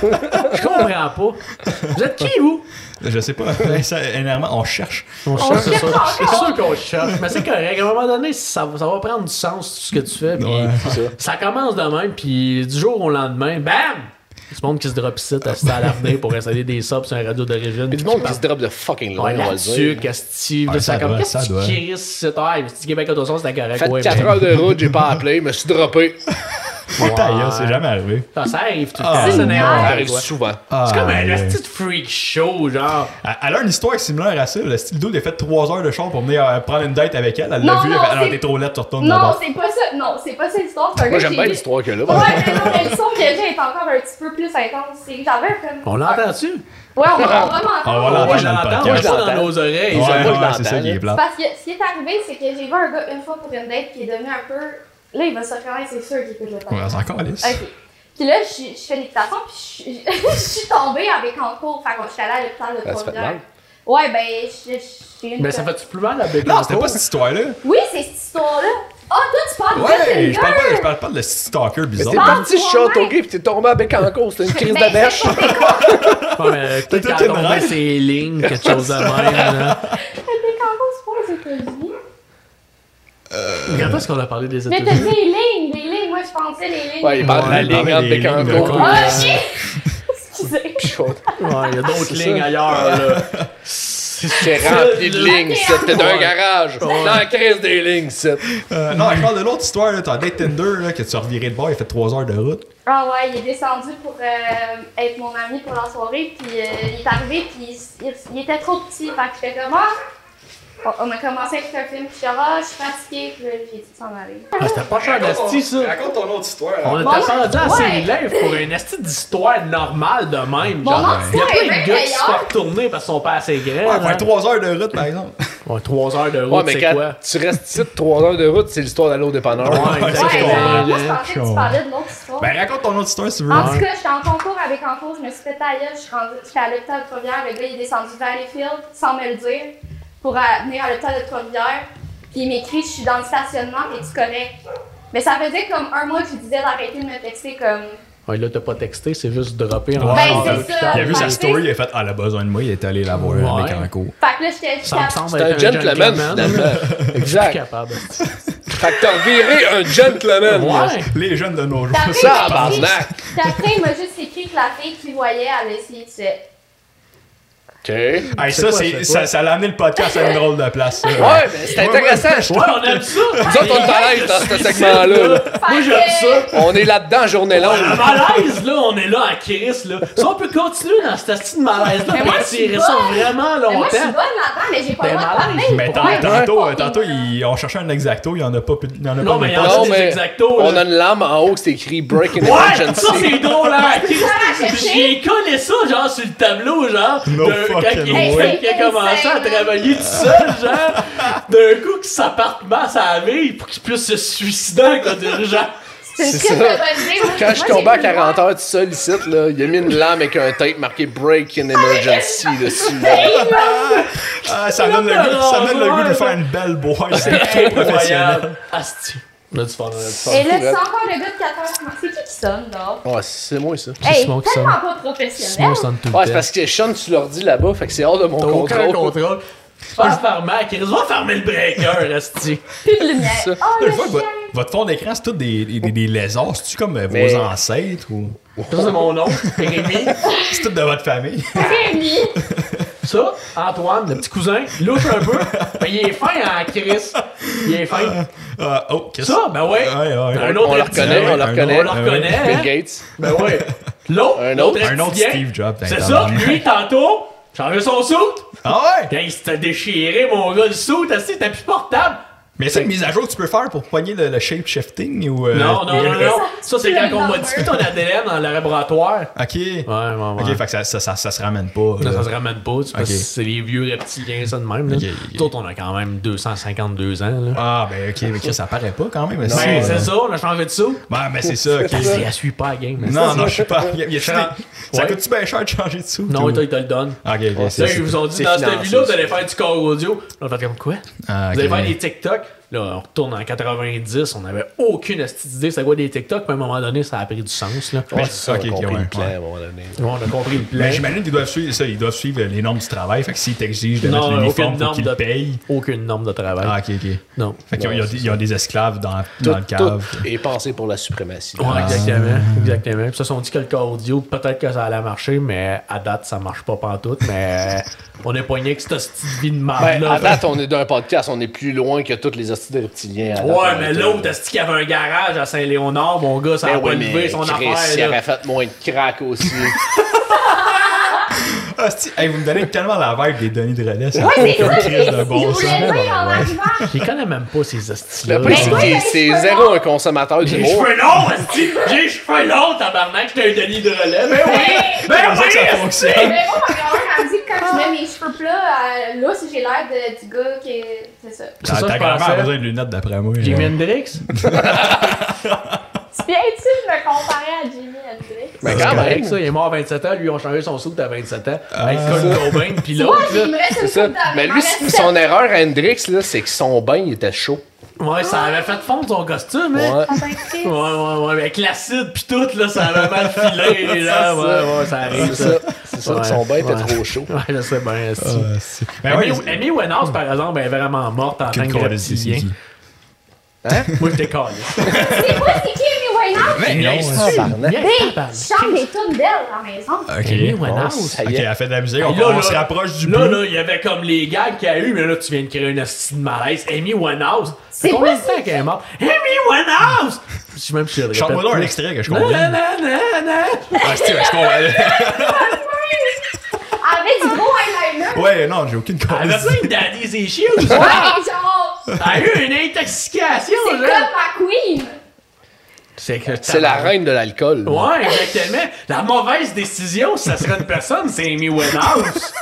D: Je comprends pas. Vous êtes qui, vous?
A: Je sais pas, énormément, on cherche.
D: On
C: cherche,
D: c'est
C: cherche
D: sûr.
C: encore.
D: C'est sûr qu'on cherche, mais c'est correct. À un moment donné, ça, ça va prendre du sens tout ce que tu fais. puis
A: Ouais.
D: ça. commence de même, puis du jour au lendemain, bam! Du monde qui se drop ici à à l'avenir pour installer des subs sur un radio d'origine.
B: Puis du monde qui se drop de fucking loin,
D: Ouais,
B: on va le
D: là-dessus,
B: dire.
D: Casti,
A: Ouais, ça
D: ça comme
A: doit,
D: qu'est-ce
A: ça
D: que
A: doit.
D: tu crisses, c'est ah, mais c'est Québec Autoson, c'était correct.
B: Fait
D: ouais, ben,
B: 4
D: mais-
B: heures de route, j'ai pas appelé, je me suis droppé.
A: Ouais. Ta
B: hein,
A: gueule, c'est jamais arrivé.
D: Ah, ça arrive tout le
A: Ah,
D: temps, ça n'arrive
B: Ça
D: pas.
B: arrive
D: Ouais.
B: souvent.
D: C'est comme
A: Ah,
D: un
A: ouais.
D: petit freak show, genre.
A: Elle elle a une histoire similaire à ça. Le style d'eau, il a fait 3 heures de char pour venir euh, prendre une date avec elle. Elle l'a
C: Non,
A: vu, elle
C: non,
A: fait Ah non,
C: c'est-
A: t'es trop laide, tu retournes
C: Non,
A: là-bas.
C: c'est pas ça. Non, c'est pas ça l'histoire. c'est un
B: Moi,
C: gars
B: j'aime
C: qui-
B: bien l'histoire que là.
C: Ouais, mais non, mais le son que j'ai est encore un petit peu plus intense. C'est- J'avais un problème.
D: On l'entend-tu?
C: Ouais, on va vraiment
A: Ah, On va l'entendre.
D: Moi, je
A: dans le
D: l'entends,
A: podcast.
D: moi, je l'entends
B: Ouais.
D: dans nos
A: Ouais,
D: oreilles.
B: moi, je
A: ouais,
B: l'entends,
A: c'est ça qui
B: là.
A: est plat.
C: Parce que ce qui est arrivé, c'est que j'ai vu un gars une fois pour une date qui est devenu un peu. Là, il va se reconnaître, c'est sûr qu'il écoute le temps.
A: Ouais, c'est encore lisse.
C: Ok. Puis là, je, je fais l'équitation, puis je, je suis tombée avec en cours. Fait que je suis allée à l'hôpital de
B: Ah, ça fait
C: Trois-Rivières.
B: mal.
C: Ouais, ben, je, je- je suis une.
D: Mais ça fait-tu plus mal à Bécancourt?
A: Non, c'était pas cette histoire-là.
C: Oui, c'est cette histoire-là. Ah, toi, tu parles de
A: Ouais,
C: Tinder!
A: je parle pas de, je parle pas de le stalker
B: Mais
A: bizarre.
B: t'es parti
C: toi-même.
B: Châteauguay pis t'es tombé à bec en course, c'était une crise
C: Ah, Ben,
B: de bêche.
C: c'est pas-
D: Ouais, mais peut-être
A: T'as
D: qu'elle
A: tout une
D: tombait
A: règle.
D: ses lignes, quelque chose de même. là.
C: C'était quand on se pose aux États-Unis.
D: Quand est-ce qu'on a parlé des
C: Mais t'as dit
D: États-Unis?
C: les lignes, les lignes, moi je pensais les lignes.
B: Ouais, il parle de la
A: Ouais,
B: ligne entre
A: les
B: bec en
A: lignes de
B: course.
A: course.
C: Ah, shit! Excusez.
D: Ouais, il y a d'autres
B: C'est
D: lignes
B: ça.
D: ailleurs, là.
B: C'est rempli de lignes, ça. T'es dans un
D: Ouais.
B: garage. Dans la crise des lignes, ça.
A: Euh, non, je parle de l'autre histoire. là. T'as un date Tinder là, que tu as reviré de bord, il a fait 3 heures de route.
C: Ah ouais, il est descendu pour euh, être mon ami pour la soirée, puis euh, il est arrivé, puis il, il- il était trop petit, fait que je fais comme ah! On- On a commencé avec un film, puis je suis ah, je suis fatiguée, puis là, j'ai dit de s'en aller.
D: Ah, C'était pas cher d'asti, ça.
A: Raconte ton autre histoire.
D: On était
C: Bon,
D: rendu à ses
C: ouais.
D: lèvres pour une asti d'histoire normale de même,
C: Mon
D: genre.
C: autre histoire est
D: Il y a plein de
C: bien
D: gars qui se font
C: meilleure.
D: retourner parce qu'ils sont pas assez grands.
A: Ouais, faire
D: hein.
A: 3 heures de route, par exemple.
D: Ouais, trois heures de
B: Ouais,
D: route,
B: mais
D: c'est
B: quand
D: quoi?
B: tu restes ici 3 heures de route, c'est l'histoire d'aller au dépanneur.
D: Ouais,
A: c'est
C: Ouais,
A: qu'on
C: euh,
A: va
C: moi
D: exactement.
C: je pensais que tu parlais de l'autre histoire.
A: Ben, raconte ton autre histoire si tu veux.
C: En tout cas, j'étais en concours avec en cours, je me suis fait tailler, je suis rendue- j'étais à l'hôpital de Trois-Rivières, le gars il est descendu vers les fields sans me le dire pour euh, venir à l'hôpital de Trois-Rivières. Puis il m'écrit, je suis dans le stationnement, mais tu correct. Mais ça faisait comme un mois que je lui disais d'arrêter de me texter comme.
D: Ouais, là, t'as pas texté, c'est juste
A: Ouais,
D: droppé
C: Ben,
D: en
A: ouais.
C: c'est ça.
A: il a vu sa
C: Fait que-
A: story, il a fait Ah, elle a besoin de moi, il est allé la voir
D: Ouais.
A: avec un cours.
C: Fait que là j'étais. j'étais-
D: Ça me semble
B: C'est
D: être
B: un gentleman, finalement.
D: Plus
B: Exact.
D: capable.
B: Fait que t'as viré un gentleman.
D: Ouais.
A: Les jeunes de nos jours,
C: T'as fait-
B: Ça, barnac.
C: Puis après, il m'a juste écrit que la fille qu'il voyait allait essayer de se.
B: OK.
A: Hey,
D: C'est
A: ça,
D: quoi,
A: c'est-
D: c'est
A: ça,
D: quoi?
A: ça l'a amené le podcast à une drôle de place. ça.
B: Ouais, mais c'est intéressant. je
D: Ouais,
B: trouve.
D: on aime ça!
B: Nous autres, on est à l'aise dans ce segment-là. là.
C: Moi j'aime ça!
B: On est là-dedans, journée
D: Le
B: longue.
D: malaise, là, on est là à Chris, là. Si on peut continuer dans cette astuce de malaise-là,
C: Mais
D: on
C: moi,
D: peut
C: je suis
D: tirer ça
C: bonne.
D: vraiment
C: Mais moi je suis bonne
D: longtemps.
C: là-dedans, mais j'ai pas
D: T'es
C: le droit de
D: Ben, malade.
C: parler.
A: Mais tant-
C: Ouais,
A: tantôt,
C: ouais.
A: euh, tantôt ils ont cherché un exacto, il n'y en a pas. plus- Il y en a
D: Non,
A: pas
D: mais il y
A: plus.
D: en
B: Non,
D: a des
B: mais
D: exactos.
B: on
D: là.
B: a une lame en haut qui s'écrit Break in
D: Ouais, ça
B: Emergency.
D: c'est drôle, hein! Chris,
C: Ça, la chercher.
D: J'ai collé ça, genre, sur le tableau, genre.
A: No
D: d'un- quand
A: fucking
D: il,
A: way.
D: quand il a commencé à
C: Insane.
D: travailler tout seul, genre, d'un coup, que ça parte masse à la ville pour qu'il puisse se suicider en cas d'urgence.
C: C'est une
B: C'est ça.
C: très bonne idée. Moi,
B: Quand je
C: moi,
B: suis
C: j'ai
B: tombé à
C: plus le droit.
B: 40 heures tout seul ici, là, il a mis une lame avec un tape marqué Break in Emergency dessus. là.
A: Ah, ça donne le goût, ça donne le goût de lui faire une belle boîte. C'est très professionnel.
D: Incroyable. Asti. On a du fun, on a du fun.
C: Et là, c'est encore le gars de 14 mois. C'est qui qui sonne, là?
B: Ouais, Ah, c'est moi ça.
C: Hey,
D: Simon
C: tellement
D: qui
C: pas professionnel.
D: sonne tout
B: Ouais, c'est parce que Sean, tu leur dis là-bas, fait que c'est hors de mon
D: Aucun
B: contrôle.
D: contrôle. Passe par Mac, il va fermer le breaker, Esti.
C: Plus de lumière.
B: Ça.
C: Oh,
A: Je
C: le
A: vois que
C: chien!
A: votre, votre fond d'écran, c'est tout des, des, des lézards. C'est-tu comme euh, vos
B: Mais-
A: ancêtres ou.
D: Ça, c'est mon nom, Rémi.
A: C'est tout de votre famille.
C: Rémi!
D: Ça, Antoine, le petit cousin, il louche un peu, mais il est fin en Chris. Il est fin.
A: Ah, oh, qu'est-ce
D: Ça, ben ouais.
A: Ouais, ouais.
D: Un
B: On
D: autre
B: le
D: petit-
B: reconnaît, on le
A: un
B: reconnaît.
D: On le
A: Ah
D: reconnaît, hein?
B: Bill Gates.
D: Ben ouais. L'autre,
B: Un
D: l'autre
B: autre.
A: Un autre
D: étudiant,
A: Steve Jobs. dans
D: C'est
A: les
D: ça,
A: temps.
D: lui, tantôt, changé son soute.
A: Ah ouais!
D: Quand il s'était déchiré, mon gars, le soute, Esti, t'es plus portable.
A: Mais c'est une mise à jour que tu peux faire pour poigner le, le shape shifting ou. euh,
D: Non, non, non, non. Ça, c'est quand
C: C'est
D: on
C: le
D: modifie ton ADN dans le laboratoire.
A: Ok.
F: Ouais, ouais, ouais.
A: Ok, fait que ça, ça, ça, ça se ramène pas.
F: Non,
A: là.
F: ça se ramène pas, tu sais, parce que
A: Ok.
F: c'est les vieux reptiliens, ça de même. Là.
A: Ok, ok.
F: D'autres, on a quand même 252 ans. Là.
A: Ah, ben ok, mais Chris, ça paraît pas quand même. mais
D: Ben,
A: c'est-
D: c'est ça, on a changé de soute.
A: Ben, mais c'est ça, ok.
F: C'est, elle suit pas la game. là.
A: Non, non, je suis pas. y a- y a-
D: Ça-
A: Ça
D: Ouais.
A: coûte-tu bien cher de changer de sous?
F: Non,
A: tout?
F: ils te- ils te le donnent.
A: Ok, ok,
D: Là,
A: Ah, c'est
D: ils vous ont dit,
B: c'est
D: dans cette
B: financé,
D: vidéo, vous
B: ça.
D: allez faire du corps audio. Là, on fait comme quoi?
A: Ah, ok.
D: Vous allez faire des TikTok. Là, on retourne en 90, on n'avait aucune astuce idée c'est quoi des TikTok, mais à un moment donné, ça a pris du sens. Là.
B: Ouais,
A: Mais-
B: c'est ça,
A: ok,
B: on a
A: ok,
B: compris
A: ouais,
B: le plan,
A: ouais.
B: à un moment donné.
D: Ouais, on a compris le plan.
A: Mais Ben, j'imagine qu'ils doivent suivre ça, ils doivent suivre les normes du travail. Fait que s'ils t'exigent de
D: Non,
A: mettre
D: aucune
A: l'uniforme, faut
D: norme
A: qu'ils
D: de-
A: le payent.
F: Aucune norme de travail.
A: Ah, ok, ok.
F: Non.
A: Fait qu'ils ont- ils ont,
B: c'est
A: des- ils ont des esclaves dans, dans le
B: Tout,
A: cave.
B: tout est passé pour la suprématie.
F: Ouais, exactement.
A: Ah.
F: Exactement. Puis ça, on dit que le corps audio, peut-être que ça allait marcher, mais à date, ça marche pas pantoute. Mais on est poigné que cette petite vie de marde
B: Ben,
F: là.
B: à date, on est d'un podcast, on est plus loin que tous les hosties de reptiliens. à date,
D: Ouais,
B: on
D: mais
B: était-
D: l'autre, est-ce qu'il y avait un garage à Saint-Léonard, mon gars, ça
B: Ben
D: a pas
B: ouais, mais
D: levé son
B: Chris, il
D: affaire. là.
B: aurait fait moins de crack aussi.
A: Ah, si, hey, vous me donnez tellement la vibe des données de relais. Ça
C: Ouais,
A: n'a
C: c'est ça,
A: aucun
C: Chris!
A: crise
C: Il
A: de
C: voulait
A: bon sens. Ah,
C: le dire en
A: Ouais.
C: arrivant.
F: Je les connais même pas, ces hosties
D: Ben
B: Le pire, c'est
C: Ouais,
B: qu'il-
C: mais
B: c'est
C: je peux
B: zéro
C: pas.
B: un consommateur du
D: J'ai les
B: mot.
D: cheveux longs, esti! J'ai les cheveux longs, tabarnak, j'étais un Denis de relais. Ben oui!
C: Hey!
D: Ben
A: Comme ça que ça
D: oui! esti!
A: fonctionne.
C: Mais moi, ma grand-mère, elle me dit que quand je mets mes cheveux plats, euh, là, si j'ai l'air de- du gars qui. C'est ça.
F: C'est ça,
A: Ta
F: je
A: grand-mère a
F: pensais.
A: besoin de lunettes d'après moi. là.
F: Jimi Hendrix?
C: Tu viens-tu de me comparer à Jimmy Hendrix?
B: Mais
F: C'est
B: quand
F: correct,
B: même. Ah.
F: ça. Il est mort à 27 ans. Lui, on changé son soude à 27 ans. Avec Kurt Cobain, pis
C: Moi,
F: l'autre, là.
C: j'aimerais
B: C'est ça. Mais lui, son erreur à Hendrix, là, c'est que son bain, il était chaud.
F: Ouais, ça avait fait fondre son costume, hein.
B: Ouais.
D: Ouais, ouais, ouais, avec l'acide pis tout, là, ça avait mal filé, là. Ouais, ouais, ça
B: C'est
D: arrive, ça.
B: ça. C'est ça.
F: Ouais,
B: Son bain était
F: ouais.
B: trop chaud.
F: Ouais, je sais bien,
A: Ah,
F: c'est.
A: si. Ben ouais,
D: Amy, Amy Winehouse, par exemple, elle est vraiment morte en tant
A: Aucune
D: que
A: crise, c'est
D: reptilien.
A: qui.
B: Hein?
D: Moi, j'étais calé.
C: C'est quoi, c'est qui Amy Winehouse?
A: Ben non,
B: Ah,
A: ouais.
B: barnac.
C: Hey, chante des tunes d'elle à la maison.
F: Amy
A: Ok.
D: Ah,
B: Bon,
F: Winehouse.
B: Ah, Oh, ça
A: Ok,
B: y est.
A: elle fait de la musique, on,
D: Là,
A: on
D: là,
A: se rapproche du
D: Là,
A: bout.
D: là, il y avait comme les gags qu'il y a eu, mais là, tu viens de créer une astuce de malaise. Amy Winehouse.
C: C'est
D: C'est combien
C: pas
D: de temps qu'elle est morte? Amy Winehouse! Je sais même si je le répète.
A: Chante-moi là un extrait que je comprends.
D: Na, na, na, na.
A: Ah, si, ouais, je comprends.
C: Avec du gros eyeliner.
A: Ouais, non, j'ai aucune
D: Elle
A: crise.
D: avait plein de daddy's issues.
C: Ouais, genre,
D: Elle a eu une intoxication,
C: c'est comme
D: là.
C: ma queen.
D: C'est que
B: C'est la reine de l'alcool.
D: Ouais, exactement. La mauvaise décision, si ça serait une personne, c'est Amy Winehouse.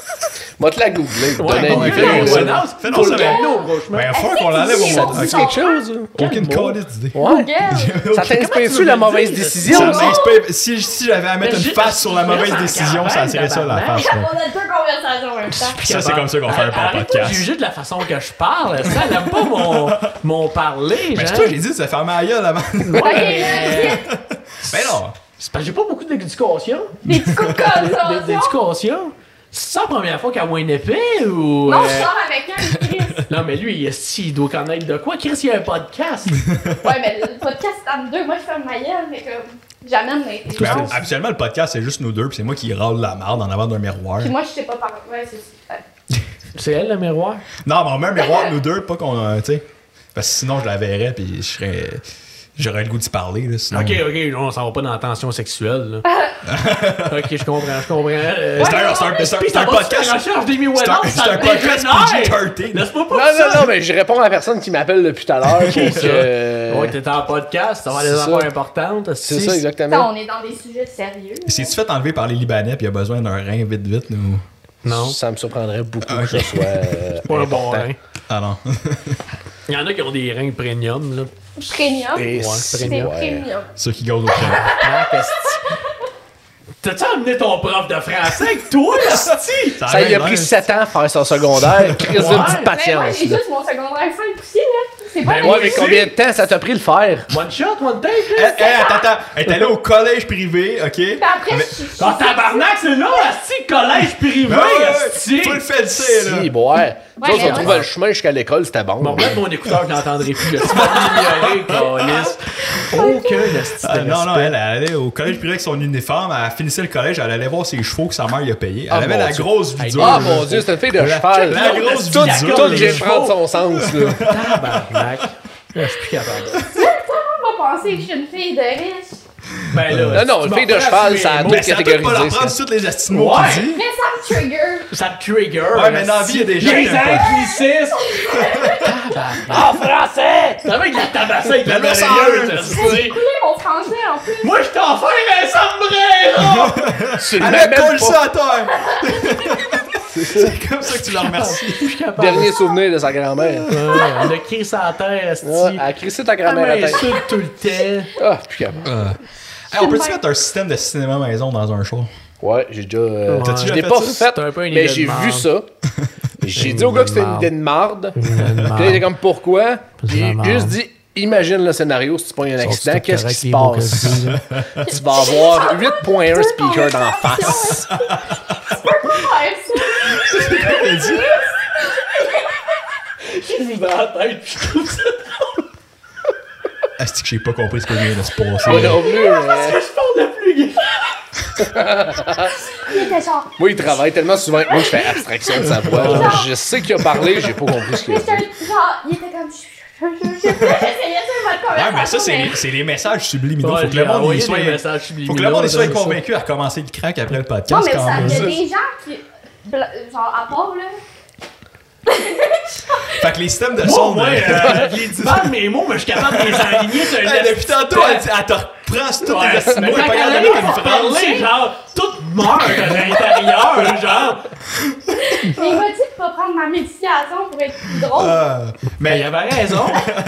B: Moi, te la googler.
D: Ouais,
B: Donner
D: Amy
B: une
A: fais-le,
B: vidéo. ça.
D: Winehouse.
A: Fais-le,
D: Faut
A: ça
D: le
A: va.
D: gagner, gros chemin.
A: Ben, faut
C: Hey,
A: qu'on
C: c'est
A: l'enlève au
C: chaud.
B: Ça
A: monde.
B: te dit
A: Ok.
B: quelque chose? hein?
A: Aucune
F: Calme-toi.
A: calice d'idée.
B: Ouais.
C: Girl.
B: Ça t'inspire-tu la mauvaise décision?
A: Ça m'inspire. Si, si j'avais à mettre
D: Mais
A: une
D: j'ai-
A: face sur la mauvaise
D: j'ai-
A: décision, ça serait ça la face.
C: On
A: ouais.
C: a deux conversations en même temps.
A: Ça, c'est comme ça qu'on fait un
D: Arrête-
A: bon
D: arrête pas de
A: podcast.
D: juger de la façon que je parle. Ça, elle aime pas mon, mon parler,
A: Mais
D: genre.
A: c'est toi, j'ai dit, ça fait ma gueule avant. Ben
C: Ok, là, vite.
A: non.
D: C'est parce que j'ai pas beaucoup d'éducation.
C: Des petits coups de
D: D'é-
C: conversation.
D: D'éducation. C'est ça la première fois qu'elle voit une épée ou.
C: Non,
D: euh,
C: je sors avec un, Chris.
D: non, mais lui, est-ce qu'il doit connaître de quoi? Chris, il y a un podcast.
C: Ouais, mais le podcast est entre deux. Moi, je ferme ma gueule, mais comme, j'amène les les
A: Ben,
C: gens.
A: Habituellement, le podcast, c'est juste nous deux, puis c'est moi qui râle la marde en avant d'un miroir.
C: Puis moi, je sais pas parler. Ouais, c'est ça.
D: C'est elle le miroir?
A: Non, mais on met un miroir, nous deux, pas qu'on. euh, Tu sais. Parce que sinon, je la verrais, puis je serais. J'aurais le goût d'y parler, là. Sinon...
D: Ok, ok, non, on s'en va pas dans la tension sexuelle. Là. ok, je comprends, je comprends. Euh,
A: C'est un- c'est un- c'est un-
D: Puis
A: c'est un
D: ça va sur la
A: podcast.
D: recherche d'Amy Winehouse,
A: C'est un-
D: ça
A: c'est un
D: me
A: podcast
D: dégénère.
A: PG-13.
D: Laisse-moi pas
B: Non,
D: tout
B: non,
D: seul.
B: non, mais je réponds à la personne qui m'appelle depuis tout à l'heure pour que-
D: Ouais, t'es en podcast, ça va des
B: C'est ça.
D: affaires importantes.
B: C'est ça,
C: Attends,
B: exactement.
C: on est dans des sujets sérieux.
A: C'est-tu fait enlever par les Libanais, puis il a besoin d'un rein vite, vite, nous?
D: Non.
B: Ça me surprendrait beaucoup
A: Ok.
B: que ce soit. euh,
D: Pas un bon
B: important.
D: rein.
A: Ah non.
D: Il y en a qui ont des reins premium, là.
C: Premium.
B: Et
D: Ouais,
B: si-
C: C'est
B: ouais.
C: premium.
A: Ceux qui gazent au crâne.
D: Ah, qu'est-ce que- T'as-tu amené ton prof de français avec toi, esti?
B: Ça lui a
A: l'air-
B: pris 7 ans à faire son secondaire. Crise de
D: Ouais.
B: petite
C: Mais moi,
B: patience.
C: Ben j'ai
B: là.
C: juste mon secondaire 5 aussi, là. C'est C'est pas
B: Ben
C: un
B: ouais, mais combien de temps ça t'a pris le faire?
D: One shot, one take,
A: Hey,
B: Eh.
A: hey,
D: là.
A: hein? Eh, attends, attends. Elle est allée au collège privé, OK?
C: Puis après, je suis.
D: Ah, tabarnak, c'est là, asti, collège privé, asti.
A: Tout Ah, le fait de ça, là.
B: Si, ouais. Tu vois,
C: mais
B: on
C: ouais.
B: trouvait le chemin jusqu'à l'école, c'était bon.
D: Bon, regarde mon écouteur, je n'entendrai plus. Là, tu vas m'ignorer, câlisse. Aucun asti.
A: Ah, non, non, elle, elle allait au collège privé avec son uniforme, elle finissait le collège, elle allait voir ses chevaux que sa mère lui a payé. Elle
B: Ah,
A: avait
B: mon
A: la
B: Dieu.
A: grosse vie dure.
B: Ah
A: là.
B: mon dieu, c'est une fille de
A: La-
B: cheval.
A: la grosse
B: Tout-
A: vie dure,
B: Tout
A: les
B: j'ai
A: chevaux.
B: prendre son sens, là.
D: Tabarnak. Je suis plus capable.
C: Comment pas penser que je suis une fille de riche?
D: Ben là,
B: Non, non,
D: tu
B: une
D: m'en
B: fille de
D: prends
B: cheval,
D: mes
B: ça a
D: mots.
B: deux
A: Mais ça peut pas leur
B: catégorisées.
A: prendre
B: ça.
A: toutes les astinos
D: Ouais.
A: qu'il dit.
C: Mais ça me trigger!
D: Ça te trigger.
A: Ouais, mais dans la vie, il y a des gens qui
D: qui
A: aiment pas.
D: En français! T'as vu que la tabassée avec la
A: Le
D: balayeuse,
A: message.
D: asti.
C: Coulez mon français en plus!
D: Moi, je t'en fais un sombrero!
B: Tu
A: Elle
B: l'as
A: a
B: même
A: collé
B: pas.
A: ça à terre! C'est comme ça que tu la remercies.
D: Je suis capable.
B: Dernier souvenir de sa grand-mère.
D: Ouais,
A: Euh,
D: on a crié sa terre, asti.
B: Ouais, Elle a crissé ta
D: Elle
B: grand-mère à tête.
D: m'insulte Ah, tout le temps.
B: Ah, puis capable.
A: Hey, on peut-tu mettre un système de cinéma maison dans un show?
B: Ouais, j'ai déjà. euh,
G: Ouais.
A: T'as-tu
B: Je
A: déjà
B: l'ai
A: fait
B: pas
A: ça?
B: fait,
G: C'était un peu une idée
B: mais
G: de
B: j'ai vu
G: marde.
B: ça. J'ai
G: Une
B: dit au gars que
G: idée de
B: c'était une
G: marde.
B: idée de marde. Puis il était
G: Tellement.
B: comme pourquoi?
G: de
B: Puis
G: la marde.
B: juste dit imagine le scénario si tu prends un accident,
G: Sont-ils
B: qu'est-ce qui
G: corrects,
B: se
G: les mots que
B: passe?
G: je dis, là?
B: Tu vas avoir 8.1
C: Toute mon
B: speaker d'en face.
C: attention, est-ce que tu peux pas faire ça?
A: Elle dit,
D: J'ai vu dans la tête, puis je trouve ça.
A: Asti que j'ai pas compris ce que vient de se
B: Moi
A: passer.
B: non plus, mais-
D: Je parle de plus gay.
C: Il était genre.
B: Moi, il travaille tellement souvent que moi, je fais abstraction de sa voix. Genre, je sais qu'il a parlé, j'ai pas compris ce qu'il a
C: Mais c'est un.
B: dit.
C: Genre, il était comme. J'essayais de faire votre
A: Ouais,
C: conversation.
A: mais ça, c'est les- c'est les messages subliminaux. Faut que le monde y soit. Faut que le monde y soit convaincu à commencer le crack après le
C: Non,
A: podcast.
C: mais
A: quand
C: ça,
A: même.
C: il y a des gens qui. bla- Genre, à part, là.
A: Fait que les systèmes de
D: Moi,
A: son.
D: moi,
A: euh,
D: euh, je les dis mal mes mots, mais je suis capable de les aligner sur
A: hey,
D: le
A: depuis tantôt, elle, dit- elle te reprend sur tous tes
D: Ouais,
A: astinos.
D: mais
A: Elle est
D: quand
A: pas
D: elle
A: capable
D: arrive
A: de mettre
D: à
A: une phrase.
D: parler, genre, tout meurt à l'intérieur, genre.
C: Mais il m'a dit de pas prendre ma médication pour être plus drôle.
A: Euh,
D: Ben,
A: Mais
D: il avait raison,